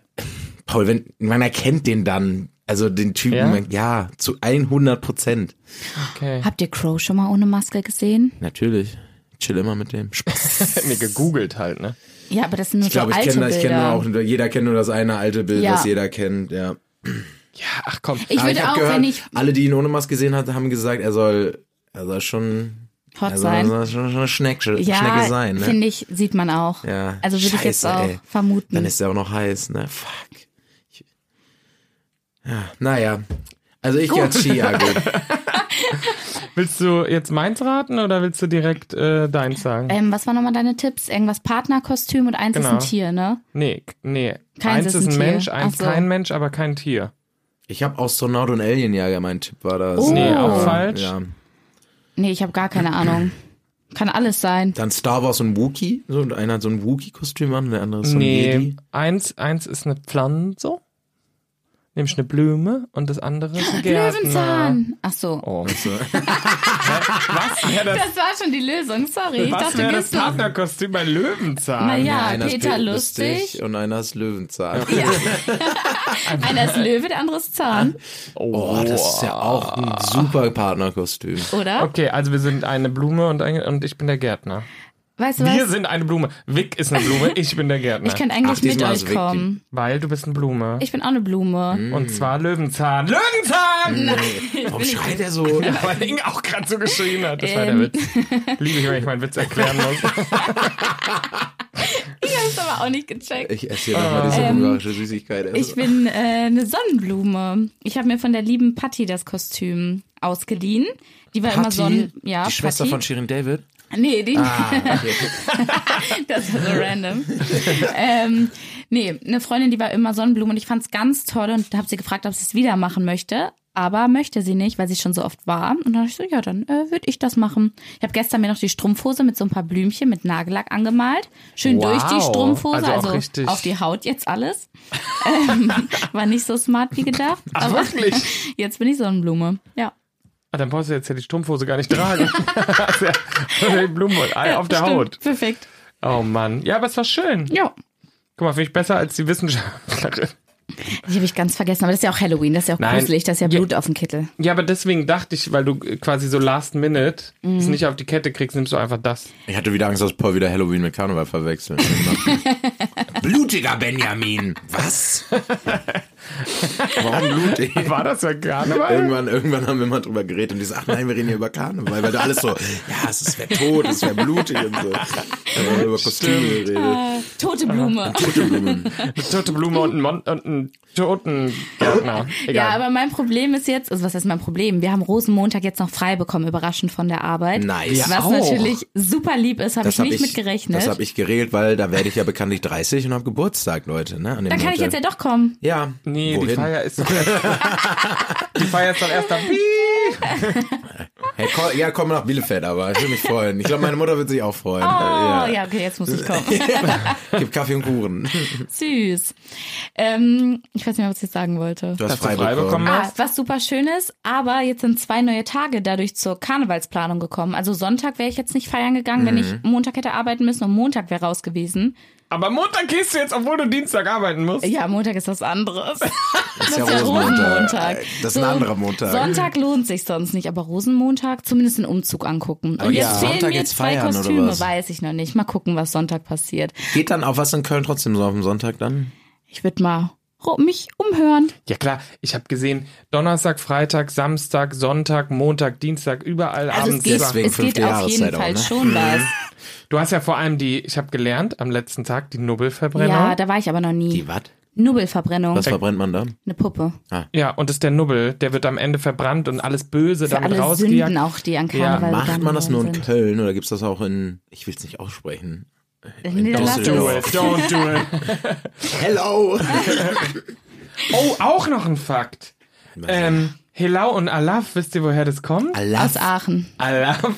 [SPEAKER 3] Paul, wenn, man erkennt den dann. Also den Typen,
[SPEAKER 1] Ja?
[SPEAKER 3] man- ja zu 100 Prozent.
[SPEAKER 1] Okay.
[SPEAKER 2] Habt ihr Crow schon mal ohne Maske gesehen?
[SPEAKER 3] Natürlich. Chill immer mit dem. Spaß.
[SPEAKER 1] Mir gegoogelt halt, ne?
[SPEAKER 2] Ja, aber das sind nur
[SPEAKER 3] Ich
[SPEAKER 2] so
[SPEAKER 3] glaube, ich
[SPEAKER 2] alte
[SPEAKER 3] kenne das, ich
[SPEAKER 2] Bilder.
[SPEAKER 3] kenne auch, jeder kennt nur das eine alte Bild,
[SPEAKER 2] Ja.
[SPEAKER 3] das jeder kennt, ja.
[SPEAKER 1] Ja, ach komm.
[SPEAKER 2] Ich
[SPEAKER 3] Aber
[SPEAKER 2] würde
[SPEAKER 3] Ah, hab
[SPEAKER 2] auch,
[SPEAKER 3] gehört,
[SPEAKER 2] wenn ich
[SPEAKER 3] alle, die ihn ohne Maske gesehen hatten, haben gesagt, er soll, er soll schon,
[SPEAKER 2] hot
[SPEAKER 3] er soll, er
[SPEAKER 2] sein.
[SPEAKER 3] soll schon eine Schnecke,
[SPEAKER 2] ja,
[SPEAKER 3] Schnecke sein, ne?
[SPEAKER 2] finde ich, sieht man auch.
[SPEAKER 3] Ja.
[SPEAKER 2] Also würde ich jetzt
[SPEAKER 3] Scheiße,
[SPEAKER 2] auch
[SPEAKER 3] ey.
[SPEAKER 2] vermuten.
[SPEAKER 3] Dann ist er auch noch heiß, ne? Fuck. Ich, ja, naja. Also ich gehe als Chiago.
[SPEAKER 1] Willst du jetzt meins raten oder willst du direkt äh, deins sagen?
[SPEAKER 2] ähm, was waren nochmal deine Tipps? Irgendwas Partnerkostüm und eins ist
[SPEAKER 1] Genau.
[SPEAKER 2] ein Tier, ne?
[SPEAKER 1] Nee, k- nee.
[SPEAKER 2] Keins
[SPEAKER 1] eins
[SPEAKER 2] ist
[SPEAKER 1] ist
[SPEAKER 2] ein
[SPEAKER 1] ein
[SPEAKER 2] Tier.
[SPEAKER 1] Mensch, eins
[SPEAKER 2] Ach so.
[SPEAKER 1] kein Mensch, aber kein Tier.
[SPEAKER 3] Ich habe auch Sonaut und Alienjäger, mein Tipp war das.
[SPEAKER 2] Oh. Nee, auch
[SPEAKER 3] Ja,
[SPEAKER 1] falsch.
[SPEAKER 3] Ja.
[SPEAKER 2] Nee, ich habe gar keine Ahnung. Kann alles sein.
[SPEAKER 3] Dann Star Wars und Wookie. So, und einer hat so ein Wookie-Kostüm an und der andere ist so ein
[SPEAKER 1] Nee,
[SPEAKER 3] Jedi.
[SPEAKER 1] eins, eins ist eine Pflanze, nämlich eine Blume und das andere ist ein Gärtner.
[SPEAKER 2] Löwenzahn! Ach so.
[SPEAKER 1] Oh. Was wäre das,
[SPEAKER 2] Das war schon die Lösung, sorry. Ich
[SPEAKER 1] was
[SPEAKER 2] dachte,
[SPEAKER 1] wär
[SPEAKER 2] du
[SPEAKER 1] das
[SPEAKER 2] gehst noch.
[SPEAKER 1] Partnerkostüm bei Löwenzahn?
[SPEAKER 2] Na ja.
[SPEAKER 3] einer ist
[SPEAKER 2] Peter
[SPEAKER 3] Pe-
[SPEAKER 2] Lustig.
[SPEAKER 3] und einer ist Löwenzahn.
[SPEAKER 2] Einer ist Löwe, der andere ist Zahn,
[SPEAKER 3] Oh, das ist ja auch ein
[SPEAKER 2] Oh.
[SPEAKER 3] super Partnerkostüm.
[SPEAKER 2] oder?
[SPEAKER 1] Okay, also wir sind eine Blume und, ein, und ich bin der Gärtner.
[SPEAKER 2] Weißt du
[SPEAKER 1] Wir
[SPEAKER 2] was?
[SPEAKER 1] sind eine Blume. Vic ist eine Blume, ich bin der Gärtner.
[SPEAKER 2] Ich könnte eigentlich
[SPEAKER 3] Ach, also
[SPEAKER 2] mit
[SPEAKER 3] diesmal ist
[SPEAKER 2] euch
[SPEAKER 3] Vicky.
[SPEAKER 2] kommen.
[SPEAKER 1] Weil du bist eine Blume.
[SPEAKER 2] Ich bin auch eine Blume.
[SPEAKER 3] Hm.
[SPEAKER 1] Und zwar Löwenzahn. Löwenzahn!
[SPEAKER 3] Warum schreit er so?
[SPEAKER 1] Ja, weil Inge auch gerade so geschrien hat. Das war der
[SPEAKER 2] Ähm.
[SPEAKER 1] Witz. Liebe ich, wenn ich meinen Witz erklären muss.
[SPEAKER 2] Ich hab's aber auch nicht gecheckt.
[SPEAKER 3] Ich esse hier nochmal diese bulgarische Süßigkeit.
[SPEAKER 2] Ähm,
[SPEAKER 3] Also,
[SPEAKER 2] Ich bin äh, eine Sonnenblume. Ich habe mir von der lieben Patty das Kostüm ausgeliehen. Die war immer Sonnen... Ja,
[SPEAKER 3] die Schwester
[SPEAKER 2] Patty.
[SPEAKER 3] von Shirin David.
[SPEAKER 2] Nee, die...
[SPEAKER 3] Ah, okay.
[SPEAKER 2] Das war so random. ähm, nee, eine Freundin, die war immer Sonnenblume und ich fand's ganz toll und habe sie gefragt, ob sie es wieder machen möchte. Aber möchte sie nicht, weil sie schon so oft war. Und dann hab ich so, ja, dann äh, würde ich das machen. Ich habe gestern mir noch die Strumpfhose mit so ein paar Blümchen mit Nagellack angemalt. Schön
[SPEAKER 1] Wow.
[SPEAKER 2] durch die Strumpfhose,
[SPEAKER 1] Also auch
[SPEAKER 2] also,
[SPEAKER 1] richtig-
[SPEAKER 2] auf die Haut jetzt alles. ähm, war nicht so smart wie gedacht.
[SPEAKER 1] Ach, wirklich?
[SPEAKER 2] Jetzt bin ich Sonnenblume. Ja.
[SPEAKER 1] Ah, dann brauchst du jetzt ja die Strumpfhose gar nicht tragen. Hast ja- hast ja die Blumen auf der
[SPEAKER 2] Stimmt,
[SPEAKER 1] Haut.
[SPEAKER 2] Perfekt.
[SPEAKER 1] Oh Mann. Ja, aber es war schön.
[SPEAKER 2] Ja.
[SPEAKER 1] Guck mal, finde ich besser als die Wissenschaftlerin.
[SPEAKER 2] Die habe ich ganz vergessen, aber das ist ja auch Halloween, das ist ja auch
[SPEAKER 1] Nein.
[SPEAKER 2] gruselig, das ist ja
[SPEAKER 1] Ja.
[SPEAKER 2] Blut auf dem Kittel.
[SPEAKER 1] Ja, aber deswegen dachte ich, weil du äh, quasi so last minute es nicht auf die Kette kriegst, nimmst du einfach das.
[SPEAKER 3] Ich hatte wieder Angst, dass Paul wieder Halloween mit Karneval verwechselt. Blutiger Benjamin. Was? Warum blutig?
[SPEAKER 1] War das ja Karneval?
[SPEAKER 3] Irgendwann, irgendwann haben wir mal drüber geredet und die sagten, nein, wir reden hier über Karneval, weil da alles so, ja, es wäre tot, es wäre blutig und so. Da haben wir über Kostüme
[SPEAKER 2] Ah,
[SPEAKER 3] geredet.
[SPEAKER 2] Tote Blume.
[SPEAKER 1] Eine tote Blume und ein, Mon und ein toten Gärtner. Egal.
[SPEAKER 2] Ja, aber mein Problem ist jetzt, also was heißt mein Problem? Wir haben Rosenmontag jetzt noch frei bekommen, überraschend von der Arbeit.
[SPEAKER 3] Nice.
[SPEAKER 2] Was
[SPEAKER 1] auch.
[SPEAKER 2] natürlich super lieb ist, habe ich
[SPEAKER 3] hab
[SPEAKER 2] nicht mitgerechnet.
[SPEAKER 3] Das habe ich geregelt, weil da werde ich ja bekanntlich 30 und habe Geburtstag, Leute. Ne, an dem
[SPEAKER 2] Dann kann ich jetzt ja doch kommen.
[SPEAKER 3] ja.
[SPEAKER 1] Nee, die
[SPEAKER 3] Wohin?
[SPEAKER 1] Feier ist doch. die Feier ist doch erst am
[SPEAKER 3] Hey, komm, ja, komm nach Bielefeld, aber ich will mich freuen. Ich glaube, meine Mutter wird sich auch freuen.
[SPEAKER 2] Oh, ja.
[SPEAKER 3] Äh, ja.
[SPEAKER 2] okay, jetzt muss ich kommen.
[SPEAKER 3] Gib Kaffee und Kuchen.
[SPEAKER 2] Süß. Ähm, ich weiß nicht mehr, was ich sagen wollte.
[SPEAKER 3] Du hast,
[SPEAKER 1] Hast du frei bekommen?
[SPEAKER 2] Ah, was super schön ist, aber jetzt sind zwei neue Tage dadurch zur Karnevalsplanung gekommen. Also Sonntag wäre ich jetzt nicht feiern gegangen, wenn ich
[SPEAKER 3] Mhm.
[SPEAKER 2] Montag hätte arbeiten müssen und Montag wäre raus gewesen.
[SPEAKER 1] Aber Montag gehst du jetzt, obwohl du Dienstag arbeiten musst.
[SPEAKER 2] Ja, Montag ist was anderes. Das
[SPEAKER 3] ja Rosenmontag. Äh, Das ist ein anderer Montag.
[SPEAKER 2] Sonntag lohnt sich sonst nicht, aber Rosenmontag zumindest einen Umzug angucken. Und
[SPEAKER 3] Oh ja.
[SPEAKER 2] jetzt fehlen
[SPEAKER 3] Sonntag
[SPEAKER 2] mir
[SPEAKER 3] jetzt
[SPEAKER 2] zwei
[SPEAKER 3] feiern oder
[SPEAKER 2] Kostüme,
[SPEAKER 3] was?
[SPEAKER 2] weiß ich noch nicht. Mal gucken, was Sonntag passiert.
[SPEAKER 3] Geht dann auch was in Köln trotzdem so auf dem Sonntag dann?
[SPEAKER 2] Ich würde mal ru- mich umhören.
[SPEAKER 1] Ja klar, ich habe gesehen, Donnerstag, Freitag, Samstag, Sonntag, Montag, Dienstag, überall
[SPEAKER 2] Also es
[SPEAKER 1] abends.
[SPEAKER 2] geht,
[SPEAKER 3] deswegen
[SPEAKER 2] es geht
[SPEAKER 3] fünfte
[SPEAKER 2] auf jeden
[SPEAKER 3] Jahreszeit auch,
[SPEAKER 2] Fall
[SPEAKER 3] ne?
[SPEAKER 2] schon was.
[SPEAKER 1] Du hast ja vor allem die, ich habe gelernt, am letzten Tag die Nubbelverbrennung.
[SPEAKER 2] Ja,
[SPEAKER 1] Ja,
[SPEAKER 2] da war ich aber noch nie.
[SPEAKER 3] Die wat?
[SPEAKER 2] Nubbelverbrennung.
[SPEAKER 3] Was verbrennt man da?
[SPEAKER 2] Eine Puppe.
[SPEAKER 1] und das ist der Nubbel, der wird am Ende verbrannt und alles Böse
[SPEAKER 2] Für
[SPEAKER 1] damit
[SPEAKER 2] alle Sünden
[SPEAKER 1] rausgejagt.
[SPEAKER 2] auch, die an
[SPEAKER 1] Ja,
[SPEAKER 2] Karneval
[SPEAKER 3] Macht
[SPEAKER 2] begangen
[SPEAKER 3] man das nur in
[SPEAKER 2] worden
[SPEAKER 3] Köln oder gibt's das auch in, ich will's nicht aussprechen.
[SPEAKER 2] sind. Nee, dann lass
[SPEAKER 3] Düsseldorf.
[SPEAKER 2] es.
[SPEAKER 1] Do it, don't do it.
[SPEAKER 3] Hello!
[SPEAKER 1] Oh, auch noch ein Fakt. Ähm, Hilau und Alaf, wisst ihr, woher das kommt?
[SPEAKER 2] Aus
[SPEAKER 3] Alaf.
[SPEAKER 2] Aachen.
[SPEAKER 1] Alaf.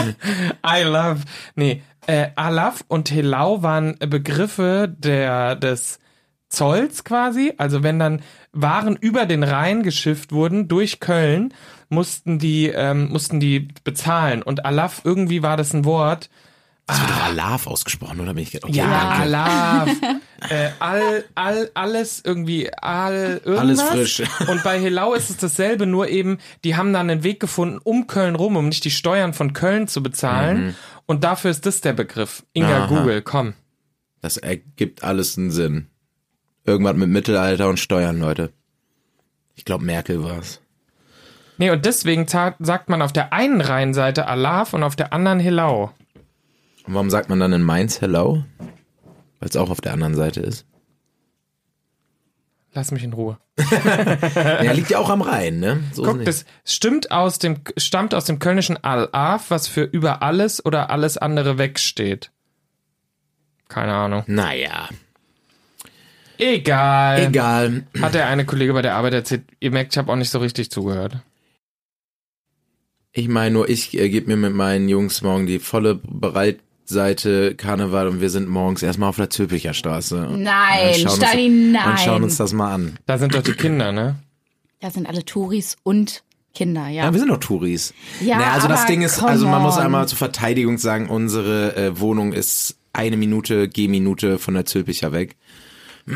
[SPEAKER 1] I love. Nee, äh, Alaf und Helau waren Begriffe der, des Zolls quasi. Also wenn dann Waren über den Rhein geschifft wurden durch Köln, mussten die, ähm, mussten die bezahlen. Und Alaf, irgendwie war das ein Wort.
[SPEAKER 3] Das wird doch Alaf ausgesprochen, oder bin ich okay,
[SPEAKER 1] Ja,
[SPEAKER 3] danke.
[SPEAKER 1] Alaf. äh, all, all, alles irgendwie, all, irgendwas.
[SPEAKER 3] Alles frisch.
[SPEAKER 1] Und bei Helau ist es dasselbe, nur eben, die haben dann einen Weg gefunden, um Köln rum, um nicht die Steuern von Köln zu bezahlen. Und dafür ist das der Begriff. Inga
[SPEAKER 3] Mhm. Aha.
[SPEAKER 1] Google, komm.
[SPEAKER 3] Das ergibt alles einen Sinn. Irgendwas mit Mittelalter und Steuern, Leute. Ich glaube, Merkel war's.
[SPEAKER 1] Nee, und deswegen ta- sagt man auf der einen Rheinseite Alaf und auf der anderen Helau.
[SPEAKER 3] Und warum sagt man dann in Mainz Hello? Weil es auch auf der anderen Seite ist.
[SPEAKER 1] Lass mich in Ruhe.
[SPEAKER 3] Ja, liegt ja auch am Rhein, ne? So ist
[SPEAKER 1] Guck,
[SPEAKER 3] nicht.
[SPEAKER 1] das stimmt aus dem, stammt aus dem kölnischen Alaf, was für über alles oder alles andere wegsteht. Keine Ahnung.
[SPEAKER 3] Naja,
[SPEAKER 1] Egal.
[SPEAKER 3] egal.
[SPEAKER 1] Hat der eine Kollege bei der Arbeit erzählt, ihr merkt, ich habe auch nicht so richtig zugehört.
[SPEAKER 3] Ich meine nur, ich äh, gebe mir mit meinen Jungs morgen die volle Bereitseite Karneval und wir sind morgens erstmal auf der Zülpicher Straße. Und
[SPEAKER 2] Nein,
[SPEAKER 3] schauen uns-
[SPEAKER 2] Stani,
[SPEAKER 3] Und schauen
[SPEAKER 2] nein.
[SPEAKER 3] uns das mal an.
[SPEAKER 1] Da sind doch die Kinder, ne?
[SPEAKER 2] Da sind alle Touris und Kinder, ja.
[SPEAKER 3] Ja, wir sind doch Touris.
[SPEAKER 2] Ja,
[SPEAKER 3] naja, also das
[SPEAKER 2] aber
[SPEAKER 3] Ding ist,
[SPEAKER 2] come
[SPEAKER 3] also man muss
[SPEAKER 2] on.
[SPEAKER 3] einmal zur Verteidigung sagen, unsere äh, Wohnung ist eine Minute, Gehminute von der Zülpicher weg.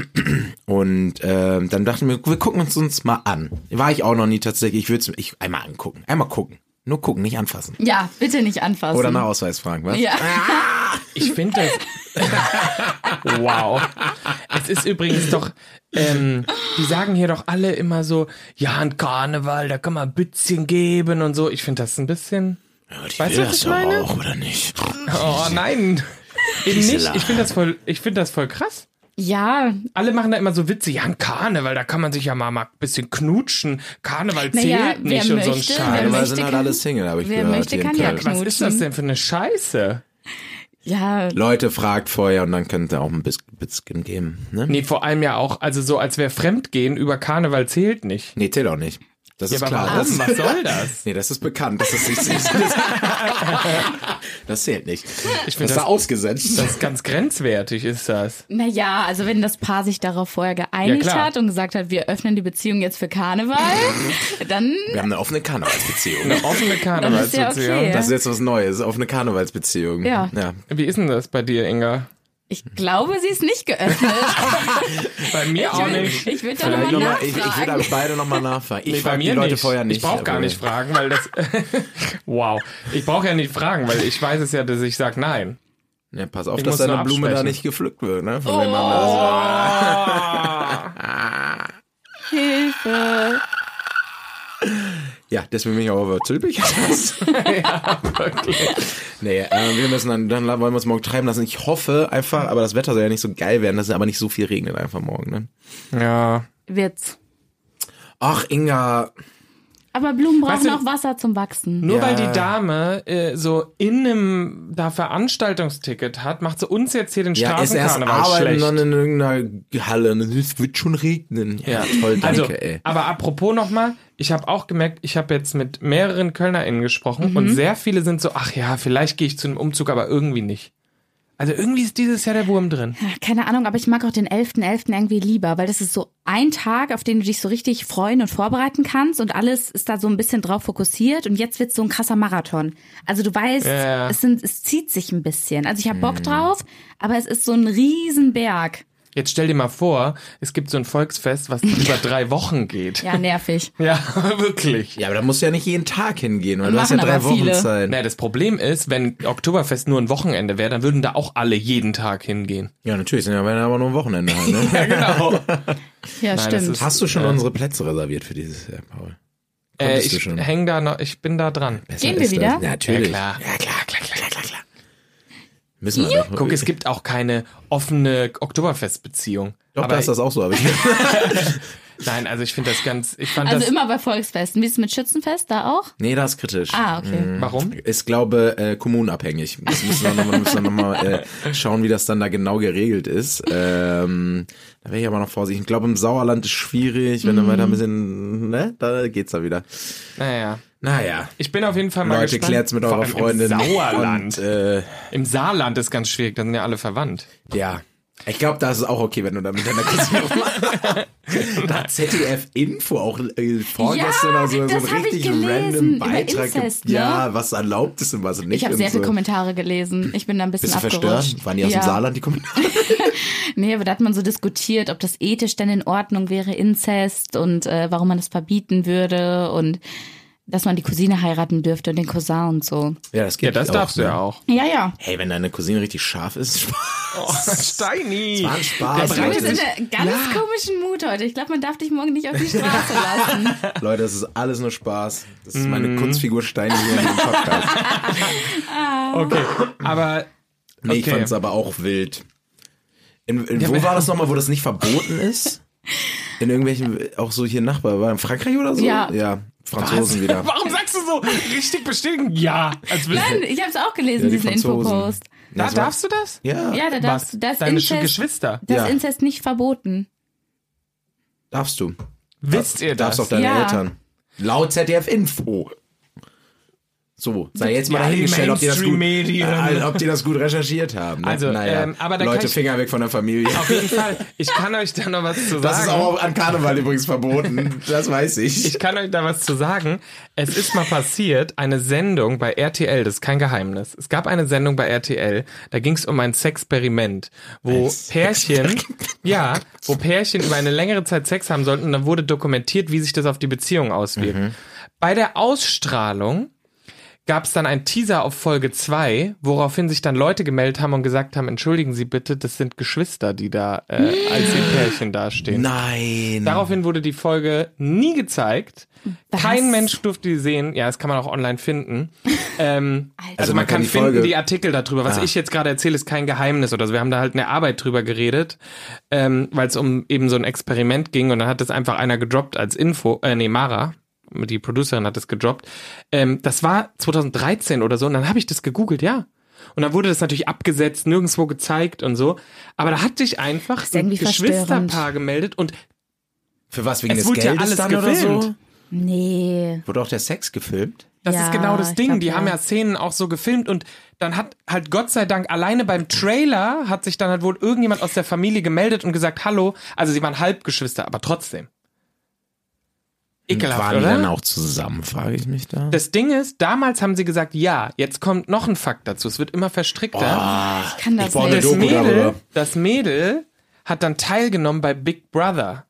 [SPEAKER 3] Und ähm, dann dachten wir, wir gucken uns uns mal an. War ich auch noch nie tatsächlich. Ich würde es ich, einmal angucken. Einmal gucken. Nur gucken, nicht anfassen.
[SPEAKER 2] Ja, bitte nicht anfassen.
[SPEAKER 3] Oder nach Ausweis fragen, was?
[SPEAKER 2] Ja.
[SPEAKER 1] Ich finde das. wow. Es ist übrigens doch. Ähm, die sagen hier doch alle immer so, ja, ein Karneval, da kann man ein bisschen geben und so. Ich finde das ein bisschen.
[SPEAKER 3] ich
[SPEAKER 1] Weißt du, was ich meine?
[SPEAKER 3] auch, oder nicht?
[SPEAKER 1] Oh nein. Eben nicht.
[SPEAKER 3] Gisela.
[SPEAKER 1] Ich finde das voll, ich finde das voll krass.
[SPEAKER 2] Ja,
[SPEAKER 1] Alle machen da immer so Witze, ja, ein Karneval, da kann man sich ja mal, mal ein bisschen knutschen. Karneval zählt
[SPEAKER 2] Naja, wer
[SPEAKER 1] nicht und so ein
[SPEAKER 2] möchte,
[SPEAKER 1] Scheiß.
[SPEAKER 2] wer
[SPEAKER 3] Karneval
[SPEAKER 2] möchte,
[SPEAKER 3] sind halt
[SPEAKER 2] kann-
[SPEAKER 3] alle Single, habe ich
[SPEAKER 2] wer
[SPEAKER 3] gehört.
[SPEAKER 2] möchte,
[SPEAKER 3] hier in
[SPEAKER 2] kann ja
[SPEAKER 3] Köln.
[SPEAKER 1] Was ist das denn für eine Scheiße?
[SPEAKER 2] ja.
[SPEAKER 3] Leute, fragt vorher und dann könnt ihr auch ein bis- bisschen geben. Ne?
[SPEAKER 1] Nee, vor allem ja auch, also so als wäre Fremdgehen über Karneval zählt nicht.
[SPEAKER 3] Nee, zählt auch nicht. Das
[SPEAKER 1] Ja,
[SPEAKER 3] ist
[SPEAKER 1] aber
[SPEAKER 3] klar.
[SPEAKER 1] warum?
[SPEAKER 3] Das,
[SPEAKER 1] Was soll das?
[SPEAKER 3] nee, das ist bekannt. Das ist nicht, das, das zählt nicht. Ich
[SPEAKER 1] find
[SPEAKER 3] das
[SPEAKER 1] das-
[SPEAKER 3] war ausgesetzt.
[SPEAKER 1] Das ist ganz grenzwertig, ist das.
[SPEAKER 2] Naja, also wenn das Paar sich darauf vorher geeinigt
[SPEAKER 1] Ja, klar.
[SPEAKER 2] hat und gesagt hat, wir öffnen die Beziehung jetzt für Karneval, dann
[SPEAKER 3] Wir haben eine offene Karnevalsbeziehung.
[SPEAKER 1] Eine offene
[SPEAKER 2] ist ja
[SPEAKER 1] Karnevalsbeziehung.
[SPEAKER 2] okay.
[SPEAKER 3] Das ist jetzt was Neues. Offene Karnevalsbeziehung.
[SPEAKER 2] Ja.
[SPEAKER 3] ja.
[SPEAKER 1] Wie ist denn das bei dir, Inga?
[SPEAKER 2] ich glaube, sie ist nicht geöffnet.
[SPEAKER 1] Bei mir auch
[SPEAKER 2] ich
[SPEAKER 1] nicht.
[SPEAKER 2] will- ich würde da
[SPEAKER 3] Vielleicht
[SPEAKER 2] nochmal
[SPEAKER 3] noch mal, ich, ich würde
[SPEAKER 2] nachfragen.
[SPEAKER 3] euch beide nochmal nachfragen. Ich
[SPEAKER 1] Nee,
[SPEAKER 3] frag die Leute vorher nicht.
[SPEAKER 1] Ich brauche gar
[SPEAKER 3] aber-
[SPEAKER 1] nicht fragen, weil das. wow. Ich brauche ja nicht fragen, weil ich weiß es ja, dass ich sage nein.
[SPEAKER 3] Ja, pass auf,
[SPEAKER 1] Ich
[SPEAKER 3] dass
[SPEAKER 1] muss nur
[SPEAKER 3] deine Blume da
[SPEAKER 1] absprechen.
[SPEAKER 3] nicht gepflückt wird, ne?
[SPEAKER 2] Oh.
[SPEAKER 3] Von dem anderen.
[SPEAKER 2] Hilfe.
[SPEAKER 3] Ja, deswegen bin ich auch überzülpig. nee, äh, wir müssen dann, dann wollen wir uns morgen treiben lassen. Ich hoffe einfach, aber das Wetter soll ja nicht so geil werden, dass es aber nicht so viel regnet einfach morgen, ne?
[SPEAKER 1] Ja.
[SPEAKER 2] Witz.
[SPEAKER 3] Ach, Inga.
[SPEAKER 2] Aber Blumen
[SPEAKER 1] Weißt
[SPEAKER 2] brauchen
[SPEAKER 1] du-
[SPEAKER 2] auch Wasser zum Wachsen.
[SPEAKER 1] Nur
[SPEAKER 3] Ja.
[SPEAKER 1] weil die Dame äh, so in einem da Veranstaltungsticket hat, macht sie uns jetzt hier den
[SPEAKER 3] Ja, ist erst
[SPEAKER 1] Straßenkarneval
[SPEAKER 3] arbeiten
[SPEAKER 1] schlecht.
[SPEAKER 3] dann in irgendeiner Halle. ne? Es wird schon regnen. Ja, toll, danke,
[SPEAKER 1] Also,
[SPEAKER 3] ey.
[SPEAKER 1] aber apropos nochmal, ich habe auch gemerkt, ich habe jetzt mit mehreren KölnerInnen gesprochen
[SPEAKER 3] Mhm.
[SPEAKER 1] und sehr viele sind so, ach ja, vielleicht gehe ich zu einem Umzug, aber irgendwie nicht. Also irgendwie ist dieses Jahr der Wurm drin.
[SPEAKER 2] Keine Ahnung, aber ich mag auch den 11.11. irgendwie lieber, weil das ist so ein Tag, auf den du dich so richtig freuen und vorbereiten kannst und alles ist da so ein bisschen drauf fokussiert und jetzt wird so ein krasser Marathon. Also du weißt,
[SPEAKER 1] Ja.
[SPEAKER 2] es, sind, es zieht sich ein bisschen. Also ich habe Bock drauf, aber es ist so ein Riesenberg.
[SPEAKER 1] Jetzt stell dir mal vor, es gibt so ein Volksfest, was über drei Wochen geht.
[SPEAKER 2] Ja, nervig.
[SPEAKER 1] Ja, wirklich.
[SPEAKER 3] Ja, aber da musst du ja nicht jeden Tag hingehen, weil du hast ja
[SPEAKER 2] Machen
[SPEAKER 3] drei
[SPEAKER 2] aber
[SPEAKER 3] Wochen
[SPEAKER 2] viele.
[SPEAKER 3] Zeit.
[SPEAKER 1] Na, das Problem ist, wenn Oktoberfest nur ein Wochenende wäre, dann würden da auch alle jeden Tag hingehen.
[SPEAKER 3] Ja, natürlich, sind ja aber nur am Wochenende halt, ne?
[SPEAKER 1] Genau.
[SPEAKER 2] Ja,
[SPEAKER 1] Nein, das
[SPEAKER 2] stimmt.
[SPEAKER 1] ist-
[SPEAKER 3] Hast du schon unsere Plätze reserviert für dieses Jahr, Paul?
[SPEAKER 1] äh,
[SPEAKER 3] Konntest du
[SPEAKER 1] ich
[SPEAKER 3] schon?
[SPEAKER 1] häng da noch, ich bin da dran.
[SPEAKER 3] Besser
[SPEAKER 2] Gehen wir
[SPEAKER 3] ist das.
[SPEAKER 2] wieder?
[SPEAKER 3] Ja, natürlich.
[SPEAKER 1] Ja, klar.
[SPEAKER 3] Ja, klar, klar, klar, klar, klar. Müssen wir doch.
[SPEAKER 1] Guck, es gibt auch keine offene Oktoberfestbeziehung.
[SPEAKER 3] Doch,
[SPEAKER 1] aber
[SPEAKER 3] da ist das auch so. Aber ich,
[SPEAKER 1] Nein, also ich finde das ganz, ich fand
[SPEAKER 2] also
[SPEAKER 1] das,
[SPEAKER 2] immer bei Volksfesten. Wie ist es mit Schützenfest da auch?
[SPEAKER 3] nee, das ist kritisch.
[SPEAKER 2] Ah, okay.
[SPEAKER 1] warum?
[SPEAKER 3] Ist, glaube äh, kommunabhängig. Das müssen wir nochmal noch mal- müssen wir noch mal, äh, schauen, wie das dann da genau geregelt ist. Ähm, da wäre ich aber noch vorsichtig. Ich glaube, im Sauerland ist schwierig,
[SPEAKER 2] Mhm.
[SPEAKER 3] wenn du weiter ein bisschen, ne, da geht's da wieder.
[SPEAKER 1] Naja.
[SPEAKER 3] Naja.
[SPEAKER 1] Ich bin auf jeden Fall mal
[SPEAKER 3] Leute,
[SPEAKER 1] gespannt.
[SPEAKER 3] klärt's mit
[SPEAKER 1] Vor
[SPEAKER 3] eurer
[SPEAKER 1] allem
[SPEAKER 3] Freundin.
[SPEAKER 1] Im Sauerland.
[SPEAKER 3] Und, äh,
[SPEAKER 1] Im Saarland ist ganz schwierig, da sind ja alle verwandt.
[SPEAKER 3] Ja. Ich glaube, da ist es auch okay, wenn du da mit deiner Cousine Da hat ZDF Info auch äh, vorgestern
[SPEAKER 2] Ja,
[SPEAKER 3] oder so, so
[SPEAKER 2] das
[SPEAKER 3] einen
[SPEAKER 2] hab ich
[SPEAKER 3] richtig
[SPEAKER 2] gelesen,
[SPEAKER 3] random
[SPEAKER 2] über
[SPEAKER 3] Beitrag.
[SPEAKER 2] Inzest,
[SPEAKER 3] ge-
[SPEAKER 2] ne?
[SPEAKER 3] Ja, was erlaubt ist und was nicht.
[SPEAKER 2] Ich habe
[SPEAKER 3] und
[SPEAKER 2] sehr
[SPEAKER 3] so.
[SPEAKER 2] viele Kommentare gelesen. Ich bin da ein bisschen
[SPEAKER 3] Bist du
[SPEAKER 2] abgerutscht.
[SPEAKER 3] verstört? Waren die aus
[SPEAKER 2] ja.
[SPEAKER 3] dem Saarland, die Kommentare?
[SPEAKER 2] Nee, aber da hat man so diskutiert, ob das ethisch denn in Ordnung wäre, Inzest und äh, warum man das verbieten würde und dass man die Cousine heiraten dürfte und den Cousin und so.
[SPEAKER 3] Ja, das geht
[SPEAKER 1] Ja, das darfst
[SPEAKER 3] ne?
[SPEAKER 1] du ja auch.
[SPEAKER 2] Ja, ja.
[SPEAKER 3] Hey, wenn deine Cousine richtig scharf ist,
[SPEAKER 1] Oh, Steini.
[SPEAKER 3] war ein Spaß.
[SPEAKER 2] Wir
[SPEAKER 3] Leute.
[SPEAKER 2] sind in einem ganz komischen Mut heute. Ich glaube, man darf dich morgen nicht auf die Straße lassen.
[SPEAKER 3] Leute, das ist alles nur Spaß. Das ist meine
[SPEAKER 2] Mhm.
[SPEAKER 3] Kunstfigur Stein hier in dem Podcast.
[SPEAKER 1] Okay, aber
[SPEAKER 3] Nee, ich
[SPEAKER 1] Okay.
[SPEAKER 3] fand's aber auch wild. In, in, wo war das nochmal, wo das nicht verboten ist? In irgendwelchen, auch so hier Nachbar, war in Frankreich oder so?
[SPEAKER 2] Ja.
[SPEAKER 3] Ja, Franzosen wieder.
[SPEAKER 1] warum sagst du so richtig bestätigen? Ja. Als Nein,
[SPEAKER 2] Ich habe es auch gelesen,
[SPEAKER 3] Ja, die
[SPEAKER 2] diesen
[SPEAKER 3] Franzosen.
[SPEAKER 2] Infopost.
[SPEAKER 1] da
[SPEAKER 3] das war-
[SPEAKER 1] darfst du das?
[SPEAKER 3] Ja,
[SPEAKER 2] Ja, da darfst du das
[SPEAKER 1] Deine
[SPEAKER 2] Inzest,
[SPEAKER 1] Geschwister.
[SPEAKER 2] das
[SPEAKER 3] Ja.
[SPEAKER 2] Inzest nicht verboten.
[SPEAKER 3] darfst du.
[SPEAKER 1] Wisst ihr das?
[SPEAKER 3] Darfst auch deine
[SPEAKER 2] Ja.
[SPEAKER 3] Eltern. Laut ZDF-Info. So, sei jetzt mal
[SPEAKER 1] Ja,
[SPEAKER 3] dahingestellt, ob die, das gut,
[SPEAKER 1] Mainstream-Medien.
[SPEAKER 3] äh, ob die das gut recherchiert haben. ne?
[SPEAKER 1] Also,
[SPEAKER 3] naja.
[SPEAKER 1] ähm, aber da kann
[SPEAKER 3] Leute,
[SPEAKER 1] ich-
[SPEAKER 3] Finger weg von der Familie.
[SPEAKER 1] Auf jeden Fall. Ich kann euch da noch was zu sagen.
[SPEAKER 3] Das ist auch an Karneval übrigens verboten. Das weiß ich.
[SPEAKER 1] ich kann euch da was zu sagen. Es ist mal passiert, eine Sendung bei RTL, das ist kein Geheimnis. Es gab eine Sendung bei RTL, da ging es um ein Sexperiment, wo Pärchen, ja, wo Pärchen über eine längere Zeit Sex haben sollten und dann wurde dokumentiert, wie sich das auf die Beziehung auswirkt. Bei der Ausstrahlung gab es dann einen Teaser auf Folge 2, woraufhin sich dann Leute gemeldet haben und gesagt haben, entschuldigen Sie bitte, das sind Geschwister, die da äh, als ihr Pärchen dastehen.
[SPEAKER 3] Nein.
[SPEAKER 1] Daraufhin wurde die Folge nie gezeigt.
[SPEAKER 2] Hm, Was?
[SPEAKER 1] Kein Mensch durfte die sehen. Ja, das kann man auch online finden. ähm, also, man, kann,
[SPEAKER 3] die
[SPEAKER 1] finden
[SPEAKER 3] Folge- Ah.
[SPEAKER 1] die Artikel darüber. Was ich jetzt gerade erzähle, ist kein Geheimnis oder so. Wir haben da halt eine Arbeit drüber geredet, ähm, weil es um eben so ein Experiment ging und dann hat das einfach einer gedroppt als Info. Äh, nee, Mara. Die Producerin hat das gedroppt. Ähm, das war 2013 oder so und dann habe ich das gegoogelt, ja. Und dann wurde das natürlich abgesetzt, nirgendwo gezeigt und so. Aber da hat sich einfach
[SPEAKER 2] ist
[SPEAKER 1] ein
[SPEAKER 2] irgendwie verstörend.
[SPEAKER 1] Geschwisterpaar gemeldet und
[SPEAKER 3] Für was? Wegen
[SPEAKER 1] Es
[SPEAKER 3] des
[SPEAKER 1] wurde ja
[SPEAKER 3] Geldes
[SPEAKER 1] alles
[SPEAKER 3] dann oder so?
[SPEAKER 1] gefilmt.
[SPEAKER 2] Nee.
[SPEAKER 3] Wurde auch der Sex gefilmt?
[SPEAKER 1] Das
[SPEAKER 2] Ja,
[SPEAKER 1] ist genau das
[SPEAKER 2] ich
[SPEAKER 1] Ding.
[SPEAKER 2] glaub,
[SPEAKER 1] die
[SPEAKER 2] ja.
[SPEAKER 1] haben ja Szenen auch so gefilmt und dann hat halt Gott sei Dank alleine beim Trailer hat sich dann halt wohl irgendjemand aus der Familie gemeldet und gesagt, hallo. Also sie waren Halbgeschwister, aber trotzdem. Ekelhaft,
[SPEAKER 3] Waren die
[SPEAKER 1] oder?
[SPEAKER 3] dann auch zusammen, frage ich mich da.
[SPEAKER 1] Das Ding ist, damals haben sie gesagt, ja, jetzt kommt noch ein Fakt dazu. Es wird immer verstrickter.
[SPEAKER 2] Ich kann das
[SPEAKER 3] brauch eine
[SPEAKER 1] das,
[SPEAKER 2] nicht.
[SPEAKER 3] Doku
[SPEAKER 1] Mädel,
[SPEAKER 3] darüber.
[SPEAKER 1] das Mädel hat dann teilgenommen bei Big Brother.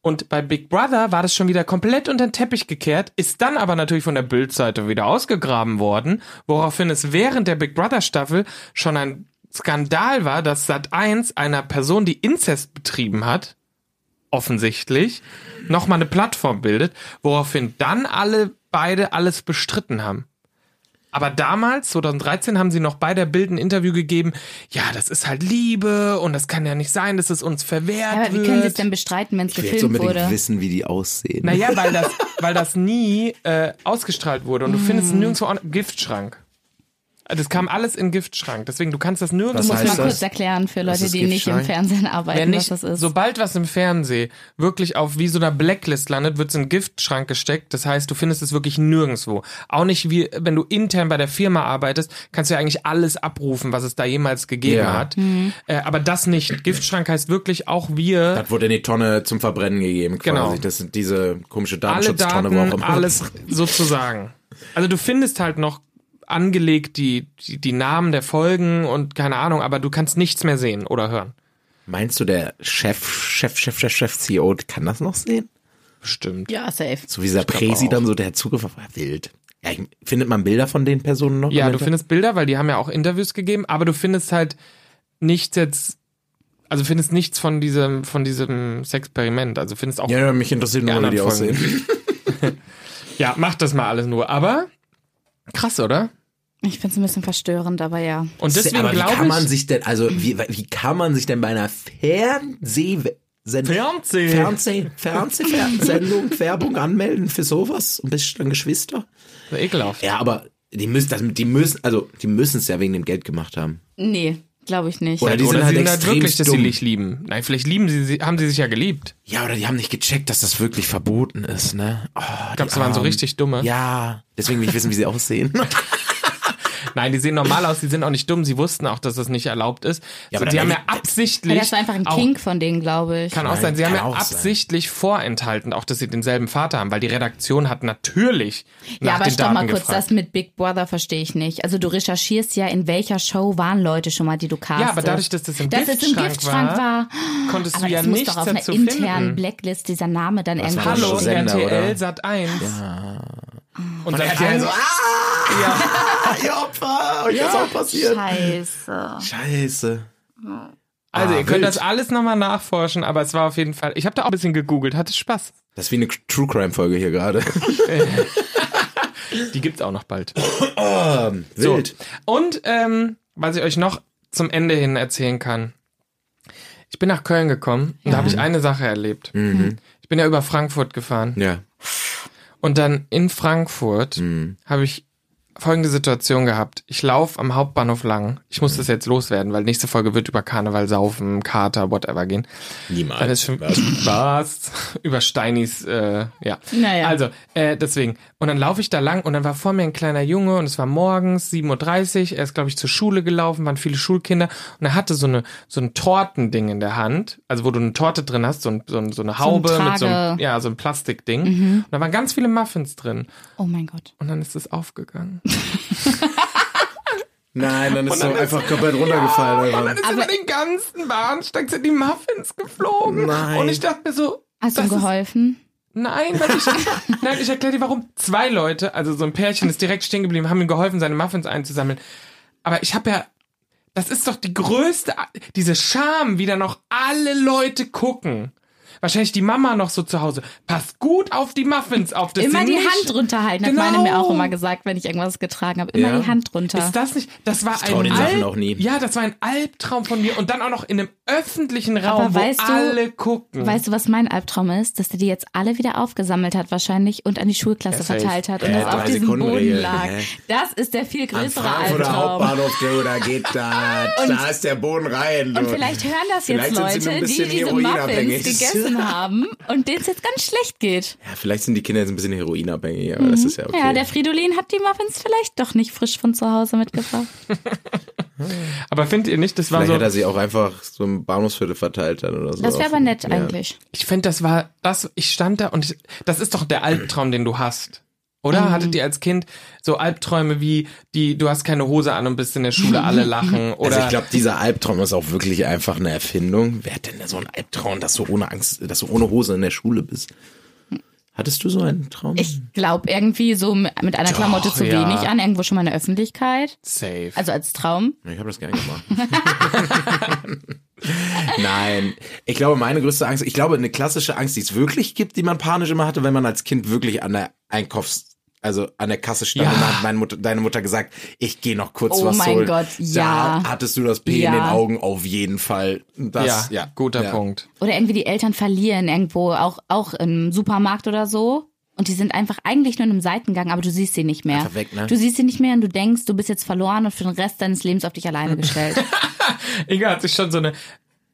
[SPEAKER 1] Und bei Big Brother war das schon wieder komplett unter den Teppich gekehrt, ist dann aber natürlich von der Bildseite wieder ausgegraben worden, woraufhin es während der Big Brother Staffel schon ein Skandal war, dass Sat 1 einer Person, die Inzest betrieben hat, offensichtlich, nochmal eine Plattform bildet, woraufhin dann alle beide alles bestritten haben. Aber damals, 2013, haben sie noch bei der Bild ein Interview gegeben, ja, das ist halt Liebe und das kann ja nicht sein, dass es uns verwehrt
[SPEAKER 2] Aber wie
[SPEAKER 1] wird.
[SPEAKER 2] können sie es denn bestreiten, wenn es
[SPEAKER 3] Ich will jetzt
[SPEAKER 2] gefilmt
[SPEAKER 3] unbedingt
[SPEAKER 2] wurde?
[SPEAKER 3] wissen, wie die aussehen.
[SPEAKER 1] Naja, weil das, weil das nie äh, ausgestrahlt wurde und du findest es
[SPEAKER 2] Mm.
[SPEAKER 1] nirgendwo an Giftschrank. Das kam alles in Giftschrank, deswegen du kannst das nirgendwo.
[SPEAKER 3] Was
[SPEAKER 2] Muss
[SPEAKER 3] heißt
[SPEAKER 2] mal
[SPEAKER 3] das?
[SPEAKER 2] kurz erklären für Leute,
[SPEAKER 3] ist
[SPEAKER 2] die nicht im
[SPEAKER 3] Giftschrank?
[SPEAKER 2] Fernsehen arbeiten,
[SPEAKER 1] Wer nicht,
[SPEAKER 2] was das ist.
[SPEAKER 1] sobald was im Fernsehen wirklich auf wie so einer Blacklist landet, wird es in den Giftschrank gesteckt. Das heißt, du findest es wirklich nirgendwo. Auch nicht wie, wenn du intern bei der Firma arbeitest, kannst du ja eigentlich alles abrufen, was es da jemals gegeben
[SPEAKER 3] Ja.
[SPEAKER 1] hat. Äh, aber das nicht. Giftschrank heißt wirklich auch wir.
[SPEAKER 3] Das wurde in die Tonne zum Verbrennen gegeben, quasi.
[SPEAKER 1] Genau.
[SPEAKER 3] Das sind diese komische
[SPEAKER 1] alle
[SPEAKER 3] Datenschutztonne, wo auch
[SPEAKER 1] Daten,
[SPEAKER 3] immer.
[SPEAKER 1] alles sozusagen. Also du findest halt noch angelegt die, die, die Namen der Folgen und keine Ahnung, aber du kannst nichts mehr sehen oder hören.
[SPEAKER 3] Meinst du, der Chef, Chef, Chef, Chef, Chef, CEO kann das noch sehen?
[SPEAKER 1] Bestimmt.
[SPEAKER 2] ja, safe.
[SPEAKER 3] So wie dieser
[SPEAKER 1] glaube
[SPEAKER 3] Presi
[SPEAKER 1] auch.
[SPEAKER 3] dann so, der hat Zugriff auf wild. Ja, ich, findet man Bilder von den Personen noch?
[SPEAKER 1] Ja,
[SPEAKER 3] am
[SPEAKER 1] du
[SPEAKER 3] Internet?
[SPEAKER 1] findest Bilder, weil die haben ja auch Interviews gegeben, aber du findest halt nichts jetzt, also findest nichts von diesem, von diesem Sexperiment. Also findest auch,
[SPEAKER 3] Ja,
[SPEAKER 1] ja,
[SPEAKER 3] ja, mich interessiert nur, wie die
[SPEAKER 1] anderen Folgen.
[SPEAKER 3] aussehen.
[SPEAKER 1] mach das mal alles nur, aber krass, oder?
[SPEAKER 2] Ich finde es ein bisschen verstörend, aber ja.
[SPEAKER 1] Und deswegen
[SPEAKER 3] Aber wie
[SPEAKER 1] glaube
[SPEAKER 3] kann man
[SPEAKER 1] ich,
[SPEAKER 3] sich denn, also, wie, wie kann man sich denn bei einer Fernseh...
[SPEAKER 1] Fernseh.
[SPEAKER 3] Fernseh, Fernseh, Fernsehsendung, Werbung anmelden für sowas und bist du dann Geschwister?
[SPEAKER 1] ekelhaft.
[SPEAKER 3] Ja, aber die müssen, das, die müssen, also die müssen es ja wegen dem Geld gemacht haben.
[SPEAKER 2] Nee, glaube ich nicht.
[SPEAKER 3] Oder die sind
[SPEAKER 1] Oder sie
[SPEAKER 3] halt
[SPEAKER 1] sind halt
[SPEAKER 3] extrem
[SPEAKER 1] wirklich, dass sie
[SPEAKER 3] dumm.
[SPEAKER 1] dich lieben. Nein, vielleicht lieben sie, sie, haben sie sich ja geliebt.
[SPEAKER 3] Ja, oder die haben nicht gecheckt, dass das wirklich verboten ist, ne? Oh, die
[SPEAKER 1] Glaubst du, waren so
[SPEAKER 3] Armen.
[SPEAKER 1] richtig dumme?
[SPEAKER 3] Ja, deswegen will ich wissen, wie sie aussehen.
[SPEAKER 1] Nein, die sehen normal aus, die sind auch nicht dumm, sie wussten auch, dass das nicht erlaubt ist.
[SPEAKER 3] Ja,
[SPEAKER 1] so,
[SPEAKER 3] aber
[SPEAKER 1] die haben
[SPEAKER 3] dann-
[SPEAKER 1] ja absichtlich.
[SPEAKER 2] Ja, das war einfach ein
[SPEAKER 1] auch,
[SPEAKER 2] Kink von denen, glaube ich.
[SPEAKER 1] Kann auch
[SPEAKER 3] Nein,
[SPEAKER 1] sein, sie haben
[SPEAKER 3] kann
[SPEAKER 1] ja
[SPEAKER 3] auch sein.
[SPEAKER 1] absichtlich vorenthalten, auch dass sie denselben Vater haben, weil die Redaktion hat natürlich nach
[SPEAKER 2] ja, aber
[SPEAKER 1] den
[SPEAKER 2] stopp
[SPEAKER 1] Daten
[SPEAKER 2] mal kurz, das
[SPEAKER 1] gefragt.
[SPEAKER 2] mit Big Brother verstehe ich nicht. Also du recherchierst ja, in welcher Show waren Leute schon mal, die du castest.
[SPEAKER 1] ja, aber dadurch, dass das im
[SPEAKER 2] dass es im
[SPEAKER 1] Giftschrank,
[SPEAKER 2] Giftschrank
[SPEAKER 1] war,
[SPEAKER 2] war,
[SPEAKER 1] konntest
[SPEAKER 2] aber
[SPEAKER 1] du ja
[SPEAKER 2] das muss
[SPEAKER 1] nichts
[SPEAKER 2] doch auf einer
[SPEAKER 1] dazu
[SPEAKER 2] internen
[SPEAKER 1] finden.
[SPEAKER 2] Blacklist dieser Name dann
[SPEAKER 3] Das war
[SPEAKER 2] irgendwie.
[SPEAKER 1] Hallo,
[SPEAKER 3] Schon Sender,
[SPEAKER 1] RTL,
[SPEAKER 3] oder?
[SPEAKER 1] Sat 1. Und Sat
[SPEAKER 3] RTL
[SPEAKER 1] 1
[SPEAKER 3] so, ah, ihr Opfer, euch ist auch passiert.
[SPEAKER 2] Scheiße.
[SPEAKER 3] Scheiße.
[SPEAKER 1] Also,
[SPEAKER 3] Ah,
[SPEAKER 1] ihr könnt
[SPEAKER 3] wild.
[SPEAKER 1] das alles nochmal nachforschen, aber es war auf jeden Fall. Ich habe da auch ein bisschen gegoogelt, hatte Spaß.
[SPEAKER 3] Das ist wie eine True Crime Folge hier gerade.
[SPEAKER 1] Die gibt's auch noch bald. So.
[SPEAKER 3] Wild.
[SPEAKER 1] Und ähm, was ich euch noch zum Ende hin erzählen kann. Ich bin nach Köln gekommen und da habe ich eine Sache erlebt.
[SPEAKER 3] Mhm.
[SPEAKER 1] Ich bin ja über Frankfurt gefahren
[SPEAKER 3] Ja.
[SPEAKER 1] und dann in Frankfurt habe ich folgende Situation gehabt. Ich laufe am Hauptbahnhof lang. Ich muss das jetzt loswerden, weil nächste Folge wird über Karneval, Saufen, Kater, whatever gehen.
[SPEAKER 3] Niemals.
[SPEAKER 1] Dann ist schon was über Steinis, äh, ja.
[SPEAKER 2] Naja.
[SPEAKER 1] Also, äh, deswegen. Und dann laufe ich da lang und dann war vor mir ein kleiner Junge und es war morgens 7.30 Uhr. Er ist, glaube ich, zur Schule gelaufen, waren viele Schulkinder und er hatte so eine so ein Tortending in der Hand, also wo du eine Torte drin hast, so, ein, so, ein, so eine Haube mit so einem,
[SPEAKER 2] Trage. Mhm.
[SPEAKER 1] ja, so ein Plastikding. Und da waren ganz viele Muffins drin.
[SPEAKER 2] Oh mein Gott.
[SPEAKER 1] Und dann ist es aufgegangen.
[SPEAKER 3] Nein, dann ist er einfach komplett runtergefallen.
[SPEAKER 1] Und dann ist über den ganzen Bahnsteig sind die Muffins geflogen.
[SPEAKER 3] Nein.
[SPEAKER 1] Und ich dachte mir so,
[SPEAKER 2] Hast du
[SPEAKER 1] das
[SPEAKER 2] ihm
[SPEAKER 1] ist
[SPEAKER 2] geholfen?
[SPEAKER 1] Nein, weil ich, nein, ich erkläre dir warum. Zwei Leute, also so ein Pärchen ist direkt stehen geblieben, haben ihm geholfen, seine Muffins einzusammeln. Aber ich habe ja, das ist doch die größte, A- diese Scham, wie da noch alle Leute gucken. Wahrscheinlich die Mama noch so zu Hause. Passt gut auf die Muffins auf. Dass
[SPEAKER 2] Immer
[SPEAKER 1] sie
[SPEAKER 2] die
[SPEAKER 1] nicht-
[SPEAKER 2] Hand drunter halten, hat
[SPEAKER 1] Genau.
[SPEAKER 2] meine mir auch immer gesagt, wenn ich irgendwas getragen habe. Immer
[SPEAKER 3] Ja.
[SPEAKER 2] die Hand drunter.
[SPEAKER 1] Ist das nicht? Das war
[SPEAKER 3] trau
[SPEAKER 1] ein
[SPEAKER 3] den Sachen
[SPEAKER 1] Alb-
[SPEAKER 3] auch nie.
[SPEAKER 1] Ja, das war ein Albtraum von mir und dann auch noch in einem öffentlichen Raum,
[SPEAKER 2] Aber weißt
[SPEAKER 1] wo
[SPEAKER 2] du-
[SPEAKER 1] alle gucken.
[SPEAKER 3] Äh.
[SPEAKER 2] Weißt du, was mein Albtraum ist? Dass der die jetzt alle wieder aufgesammelt hat wahrscheinlich und an die Schulklasse
[SPEAKER 1] Ja, safe.
[SPEAKER 2] verteilt hat und
[SPEAKER 3] Ja,
[SPEAKER 2] das auf
[SPEAKER 3] äh, drei
[SPEAKER 2] diesem
[SPEAKER 3] Sekunden
[SPEAKER 2] Boden
[SPEAKER 3] Regel,
[SPEAKER 2] lag.
[SPEAKER 3] hä?
[SPEAKER 2] Das ist der viel
[SPEAKER 3] Am
[SPEAKER 2] größere
[SPEAKER 3] Frankfurter
[SPEAKER 2] Albtraum.
[SPEAKER 3] Hauptbahnhof, du, da geht das. da ist der Boden rein. Du.
[SPEAKER 2] Und vielleicht hören das
[SPEAKER 3] Vielleicht
[SPEAKER 2] jetzt
[SPEAKER 3] sind
[SPEAKER 2] Leute,
[SPEAKER 3] sie nur ein
[SPEAKER 2] die
[SPEAKER 3] bisschen
[SPEAKER 2] diese
[SPEAKER 3] heroinabhängig.
[SPEAKER 2] Muffins gegessen gegessen haben und denen es jetzt ganz schlecht geht.
[SPEAKER 3] Ja, vielleicht sind die Kinder jetzt ein bisschen heroinabhängig, aber das ist ja okay.
[SPEAKER 2] Mhm. Ja, der Fridolin hat die Muffins vielleicht doch nicht frisch von zu Hause mitgebracht.
[SPEAKER 1] Aber findet ihr nicht, das war
[SPEAKER 3] vielleicht hat
[SPEAKER 1] so.
[SPEAKER 3] er sie auch einfach so im Bahnhofsviertel verteilt dann oder so.
[SPEAKER 2] Das wäre aber nett
[SPEAKER 3] Ja.
[SPEAKER 2] eigentlich.
[SPEAKER 1] Ich finde, das war das. Ich stand da und ich, das ist doch der Albtraum, den du hast. Oder hattet ihr als Kind so Albträume wie die, du hast keine Hose an und bist in der Schule, alle lachen oder
[SPEAKER 3] Also ich glaube, dieser Albtraum ist auch wirklich einfach eine Erfindung. Wer hat denn da so einen Albtraum, dass du ohne Angst, dass du ohne Hose in der Schule bist? Hattest du so einen Traum?
[SPEAKER 2] Ich glaube irgendwie so mit einer Klamotte zu
[SPEAKER 1] ja.
[SPEAKER 2] wenig an, irgendwo schon mal in der Öffentlichkeit.
[SPEAKER 1] safe.
[SPEAKER 2] Also als Traum.
[SPEAKER 3] Ich habe das gerne gemacht. Nein, ich glaube, meine größte Angst, ich glaube, eine klassische Angst, die es wirklich gibt, die man panisch immer hatte, wenn man als Kind wirklich an der Einkaufs-, also an der Kasse stand
[SPEAKER 1] Ja.
[SPEAKER 3] und hat meine Mutter, deine Mutter gesagt, ich gehe noch kurz
[SPEAKER 2] Oh
[SPEAKER 3] was
[SPEAKER 2] mein
[SPEAKER 3] holen.
[SPEAKER 2] Gott, ja.
[SPEAKER 3] Da hattest du das P in
[SPEAKER 2] Ja.
[SPEAKER 3] den Augen auf jeden Fall. Das, ja,
[SPEAKER 1] ja, guter
[SPEAKER 3] ja.
[SPEAKER 1] Punkt.
[SPEAKER 2] Oder irgendwie die Eltern verlieren irgendwo, auch, auch im Supermarkt oder so. Und die sind einfach eigentlich nur in einem Seitengang, aber du siehst sie nicht mehr.
[SPEAKER 3] Einfach weg, ne?
[SPEAKER 2] Du siehst sie nicht mehr und du denkst, du bist jetzt verloren und für den Rest deines Lebens auf dich alleine gestellt.
[SPEAKER 1] Inga hat sich schon so eine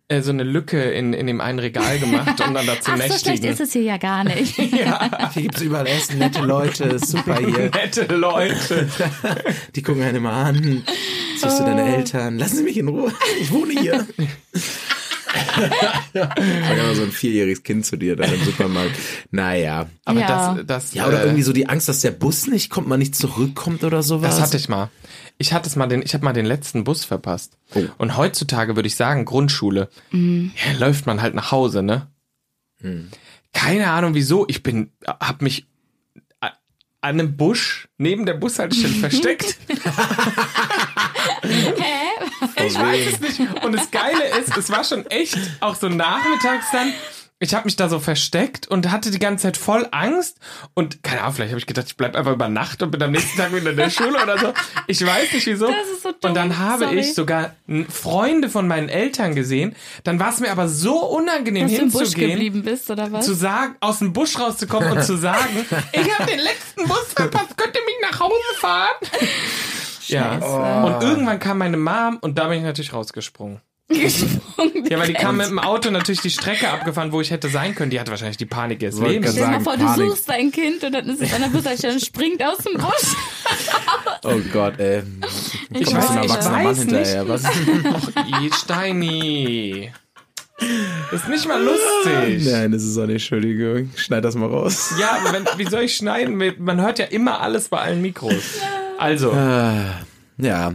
[SPEAKER 1] äh, so eine Lücke in, in dem einen Regal gemacht, um dann da zu
[SPEAKER 2] Ach, so schlecht
[SPEAKER 1] nächtigen.
[SPEAKER 2] ist es hier ja gar nicht.
[SPEAKER 3] Hier gibt's überall Essen, nette Leute, super hier.
[SPEAKER 1] Nette Leute.
[SPEAKER 3] Die gucken einen immer an. Was hast du deine
[SPEAKER 1] Oh.
[SPEAKER 3] Eltern? Lassen Sie mich in Ruhe. Ich wohne hier. Sag immer so ein vierjähriges Kind zu dir da im Supermarkt. Naja.
[SPEAKER 1] Aber
[SPEAKER 2] Ja.
[SPEAKER 1] das, das,
[SPEAKER 3] Ja, oder
[SPEAKER 1] äh,
[SPEAKER 3] irgendwie so die Angst, dass der Bus nicht kommt, man nicht zurückkommt oder sowas.
[SPEAKER 1] Das hatte ich mal. Ich hatte es mal den, ich habe mal den letzten Bus verpasst.
[SPEAKER 3] Oh.
[SPEAKER 1] Und heutzutage würde ich sagen, Grundschule. Ja, läuft man halt nach Hause, ne? Keine Ahnung wieso. Ich bin, hab mich a- an einem Busch neben der Bushaltestelle versteckt. ich weiß es nicht. Und das Geile ist, es war schon echt auch so nachmittags dann. Ich habe mich da so versteckt und hatte die ganze Zeit voll Angst und keine Ahnung, vielleicht habe ich gedacht, ich bleib einfach über Nacht und bin am nächsten Tag wieder in der Schule oder so. Ich weiß nicht wieso.
[SPEAKER 2] Das ist so dumm.
[SPEAKER 1] Und dann habe
[SPEAKER 2] Sorry.
[SPEAKER 1] ich sogar n- Freunde von meinen Eltern gesehen. Dann war es mir aber so unangenehm
[SPEAKER 2] Dass du im Busch
[SPEAKER 1] hinzugehen,
[SPEAKER 2] geblieben bist, oder was?
[SPEAKER 1] zu sagen, aus dem Busch rauszukommen und zu sagen, ich habe den letzten Bus verpasst, könnt ihr mich nach Hause fahren? Ja. Und irgendwann kam meine Mom und da bin ich natürlich rausgesprungen.
[SPEAKER 2] Gesprungen.
[SPEAKER 1] Ja, weil die kam mit dem Auto natürlich die Strecke abgefahren, wo ich hätte sein können. Die hatte wahrscheinlich die Panik ihres
[SPEAKER 3] Wollte
[SPEAKER 1] Lebens.
[SPEAKER 2] Stell dir mal
[SPEAKER 3] sagen,
[SPEAKER 2] vor, du
[SPEAKER 3] Panik.
[SPEAKER 2] suchst dein Kind und dann ist es an der Bushaltestelle und springt aus dem Busch.
[SPEAKER 3] Oh Gott, ey.
[SPEAKER 1] Ich
[SPEAKER 3] Kommst
[SPEAKER 1] weiß,
[SPEAKER 3] du ein
[SPEAKER 1] ich
[SPEAKER 3] erwachsener Mann
[SPEAKER 1] weiß
[SPEAKER 3] hinterher. Was?
[SPEAKER 1] I, Steini. Ist nicht mal lustig.
[SPEAKER 3] Nein, das ist auch nicht, Entschuldigung. Schneid das mal raus.
[SPEAKER 1] Ja, aber wenn, wie soll ich schneiden? Man hört ja immer alles bei allen Mikros. Also,
[SPEAKER 3] Ah, Ja.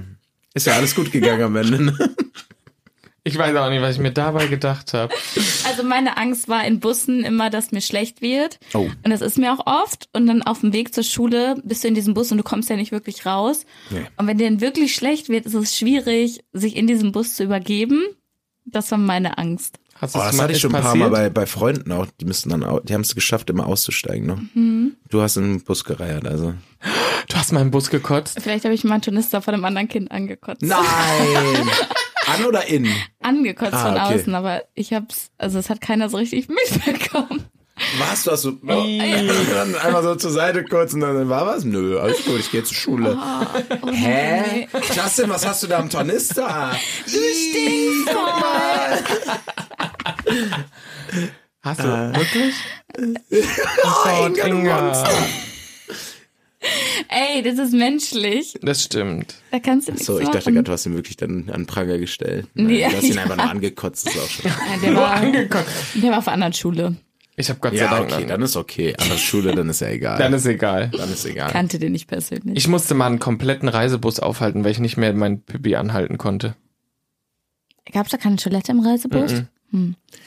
[SPEAKER 3] Ist ja alles gut gegangen am Ende. ne?
[SPEAKER 1] ich weiß auch nicht, was ich mir dabei gedacht habe.
[SPEAKER 2] Also meine Angst war in Bussen immer, dass mir schlecht wird.
[SPEAKER 3] Oh.
[SPEAKER 2] Und das ist mir auch oft. Und dann auf dem Weg zur Schule bist du in diesem Bus und du kommst ja nicht wirklich raus. Und wenn dir dann wirklich schlecht wird, ist es schwierig, sich in diesem Bus zu übergeben. Das war meine Angst.
[SPEAKER 1] Hast
[SPEAKER 3] Oh,
[SPEAKER 1] du's
[SPEAKER 3] das
[SPEAKER 1] mal-
[SPEAKER 3] hatte ich
[SPEAKER 1] ist
[SPEAKER 3] schon ein paar
[SPEAKER 1] passiert?
[SPEAKER 3] Mal bei, bei Freunden auch. Die müssen dann auch, die haben es geschafft, immer auszusteigen. Ne? Du hast in den Bus gereiert, also.
[SPEAKER 1] Du hast meinen Bus gekotzt.
[SPEAKER 2] Vielleicht habe ich mal einen Tornister von einem anderen Kind angekotzt.
[SPEAKER 3] Nein! An oder in?
[SPEAKER 2] Angekotzt
[SPEAKER 3] Ah,
[SPEAKER 2] von
[SPEAKER 3] okay.
[SPEAKER 2] außen, aber ich hab's, also es hat keiner so richtig mitbekommen.
[SPEAKER 3] Warst du, hast du dann einmal so zur Seite kurz und dann war was? Nö, alles gut, ich gehe zur Schule.
[SPEAKER 2] Oh
[SPEAKER 3] Hä? Justin, was hast du da am Tornister?
[SPEAKER 2] Du stinkst voll.
[SPEAKER 1] Hast du wirklich?
[SPEAKER 3] Oh,
[SPEAKER 1] Gott,
[SPEAKER 3] Inga, Äh. du Monster.
[SPEAKER 2] Ey, das ist menschlich.
[SPEAKER 1] Das stimmt.
[SPEAKER 2] Da kannst du nichts
[SPEAKER 3] So, ich
[SPEAKER 2] machen.
[SPEAKER 3] dachte gerade, du hast ihn wirklich dann an Pranger gestellt. Nein,
[SPEAKER 2] Nee,
[SPEAKER 3] du hast ihn
[SPEAKER 2] ja.
[SPEAKER 3] einfach nur angekotzt, ist auch schon.
[SPEAKER 2] Ja, der,
[SPEAKER 3] Oh
[SPEAKER 1] Nur
[SPEAKER 2] war,
[SPEAKER 1] angekotzt.
[SPEAKER 2] der war auf einer anderen Schule.
[SPEAKER 1] Ich habe Gott sei
[SPEAKER 3] Ja,
[SPEAKER 1] Dank.
[SPEAKER 3] okay,
[SPEAKER 1] Okay,
[SPEAKER 3] dann ist okay. An der Schule, dann ist ja egal.
[SPEAKER 1] dann ist egal.
[SPEAKER 3] dann ist egal.
[SPEAKER 2] Kannte den nicht persönlich.
[SPEAKER 1] Ich musste mal einen kompletten Reisebus aufhalten, weil ich nicht mehr meinen Pipi anhalten konnte.
[SPEAKER 2] Gab's da keine Toilette im Reisebus?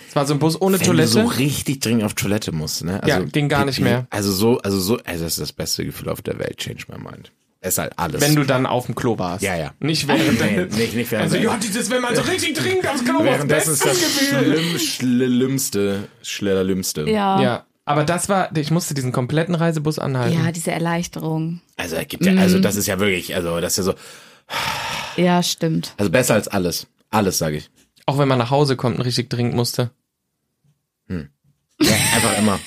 [SPEAKER 1] Es war so ein Bus ohne
[SPEAKER 3] Wenn du
[SPEAKER 1] Toilette.
[SPEAKER 3] so richtig dringend auf Toilette musst, ne?
[SPEAKER 1] Ja, ging gar nicht mehr.
[SPEAKER 3] Also so, also so, also das ist das beste Gefühl auf der Welt, change my mind. Es ist halt alles.
[SPEAKER 1] wenn du dann auf dem Klo warst.
[SPEAKER 3] Ja, ja.
[SPEAKER 1] Nicht während
[SPEAKER 3] Nee,
[SPEAKER 1] deines-
[SPEAKER 3] nicht- nicht während
[SPEAKER 1] Also, ja,
[SPEAKER 3] deines-
[SPEAKER 1] dieses, wenn man so richtig dringend aufs Klo muss.
[SPEAKER 3] Währenddessen ist das
[SPEAKER 1] Gefühl.
[SPEAKER 3] schlimm, schlimmste, schlimmste.
[SPEAKER 2] Ja. ja.
[SPEAKER 1] Ja, aber das war, ich musste diesen kompletten Reisebus anhalten.
[SPEAKER 2] diese Erleichterung.
[SPEAKER 3] Also, es gibt ja, also
[SPEAKER 2] Mhm.
[SPEAKER 3] das ist ja wirklich, also das ist ja so,
[SPEAKER 2] Ja, stimmt.
[SPEAKER 3] also besser als alles. Alles, sage ich.
[SPEAKER 1] Auch wenn man nach Hause kommt und richtig dringend musste.
[SPEAKER 3] Ja, einfach immer.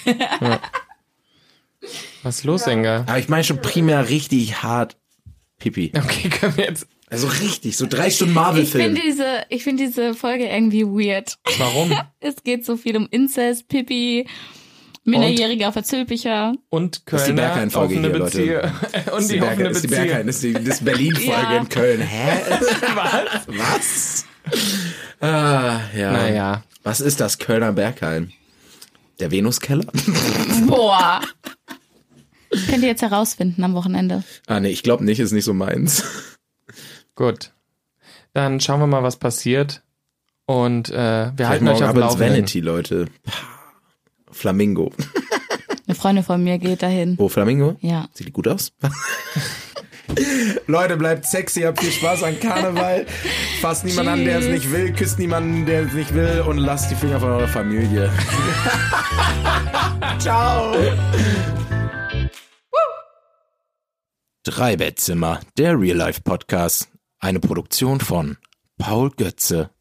[SPEAKER 1] Was ist los, Inga?
[SPEAKER 3] Aber ich meine schon primär richtig hart Pipi.
[SPEAKER 1] Okay, können wir jetzt
[SPEAKER 3] Also richtig, so drei Stunden Marvel-Film.
[SPEAKER 2] Ich finde diese, ich finde diese Folge irgendwie weird.
[SPEAKER 1] Warum?
[SPEAKER 2] Es geht so viel um Inzest, Pippi, Minderjähriger, Verzülpicher.
[SPEAKER 1] Und
[SPEAKER 3] ist die
[SPEAKER 1] Kölner
[SPEAKER 3] Berghain-Folge
[SPEAKER 1] offene
[SPEAKER 3] hier,
[SPEAKER 1] Beziehung.
[SPEAKER 3] Leute.
[SPEAKER 1] Und die, offene
[SPEAKER 3] ist die
[SPEAKER 1] Beziehung.
[SPEAKER 3] Berghain, ist die, das Berlin-Folge
[SPEAKER 2] Ja.
[SPEAKER 3] in Köln. Hä?
[SPEAKER 1] Was?
[SPEAKER 3] Was? Ah, ja.
[SPEAKER 1] Naja.
[SPEAKER 3] Was ist das Kölner Berghain? Der Venuskeller?
[SPEAKER 2] Boah. Könnt ihr jetzt herausfinden am Wochenende.
[SPEAKER 3] ah, nee, ich glaube nicht, ist nicht so meins.
[SPEAKER 1] Gut. Dann schauen wir mal, was passiert. Und äh, wir halten
[SPEAKER 3] Vielleicht
[SPEAKER 1] euch auf
[SPEAKER 3] morgen
[SPEAKER 1] dem
[SPEAKER 3] Abends
[SPEAKER 1] Laufenden.
[SPEAKER 3] Vanity, Leute. Flamingo.
[SPEAKER 2] Eine Freundin von mir geht dahin.
[SPEAKER 3] Oh, Flamingo?
[SPEAKER 2] Ja.
[SPEAKER 3] Sieht die gut aus? Leute, bleibt sexy, habt viel Spaß an Karneval. Fasst niemanden an, der es
[SPEAKER 2] Tschüss.
[SPEAKER 3] nicht will. Küsst niemanden, der es nicht will. Und lasst die Finger von eurer Familie. Ciao. Drei Bettzimmer, der Real Life Podcast. Eine Produktion von Paul Götze.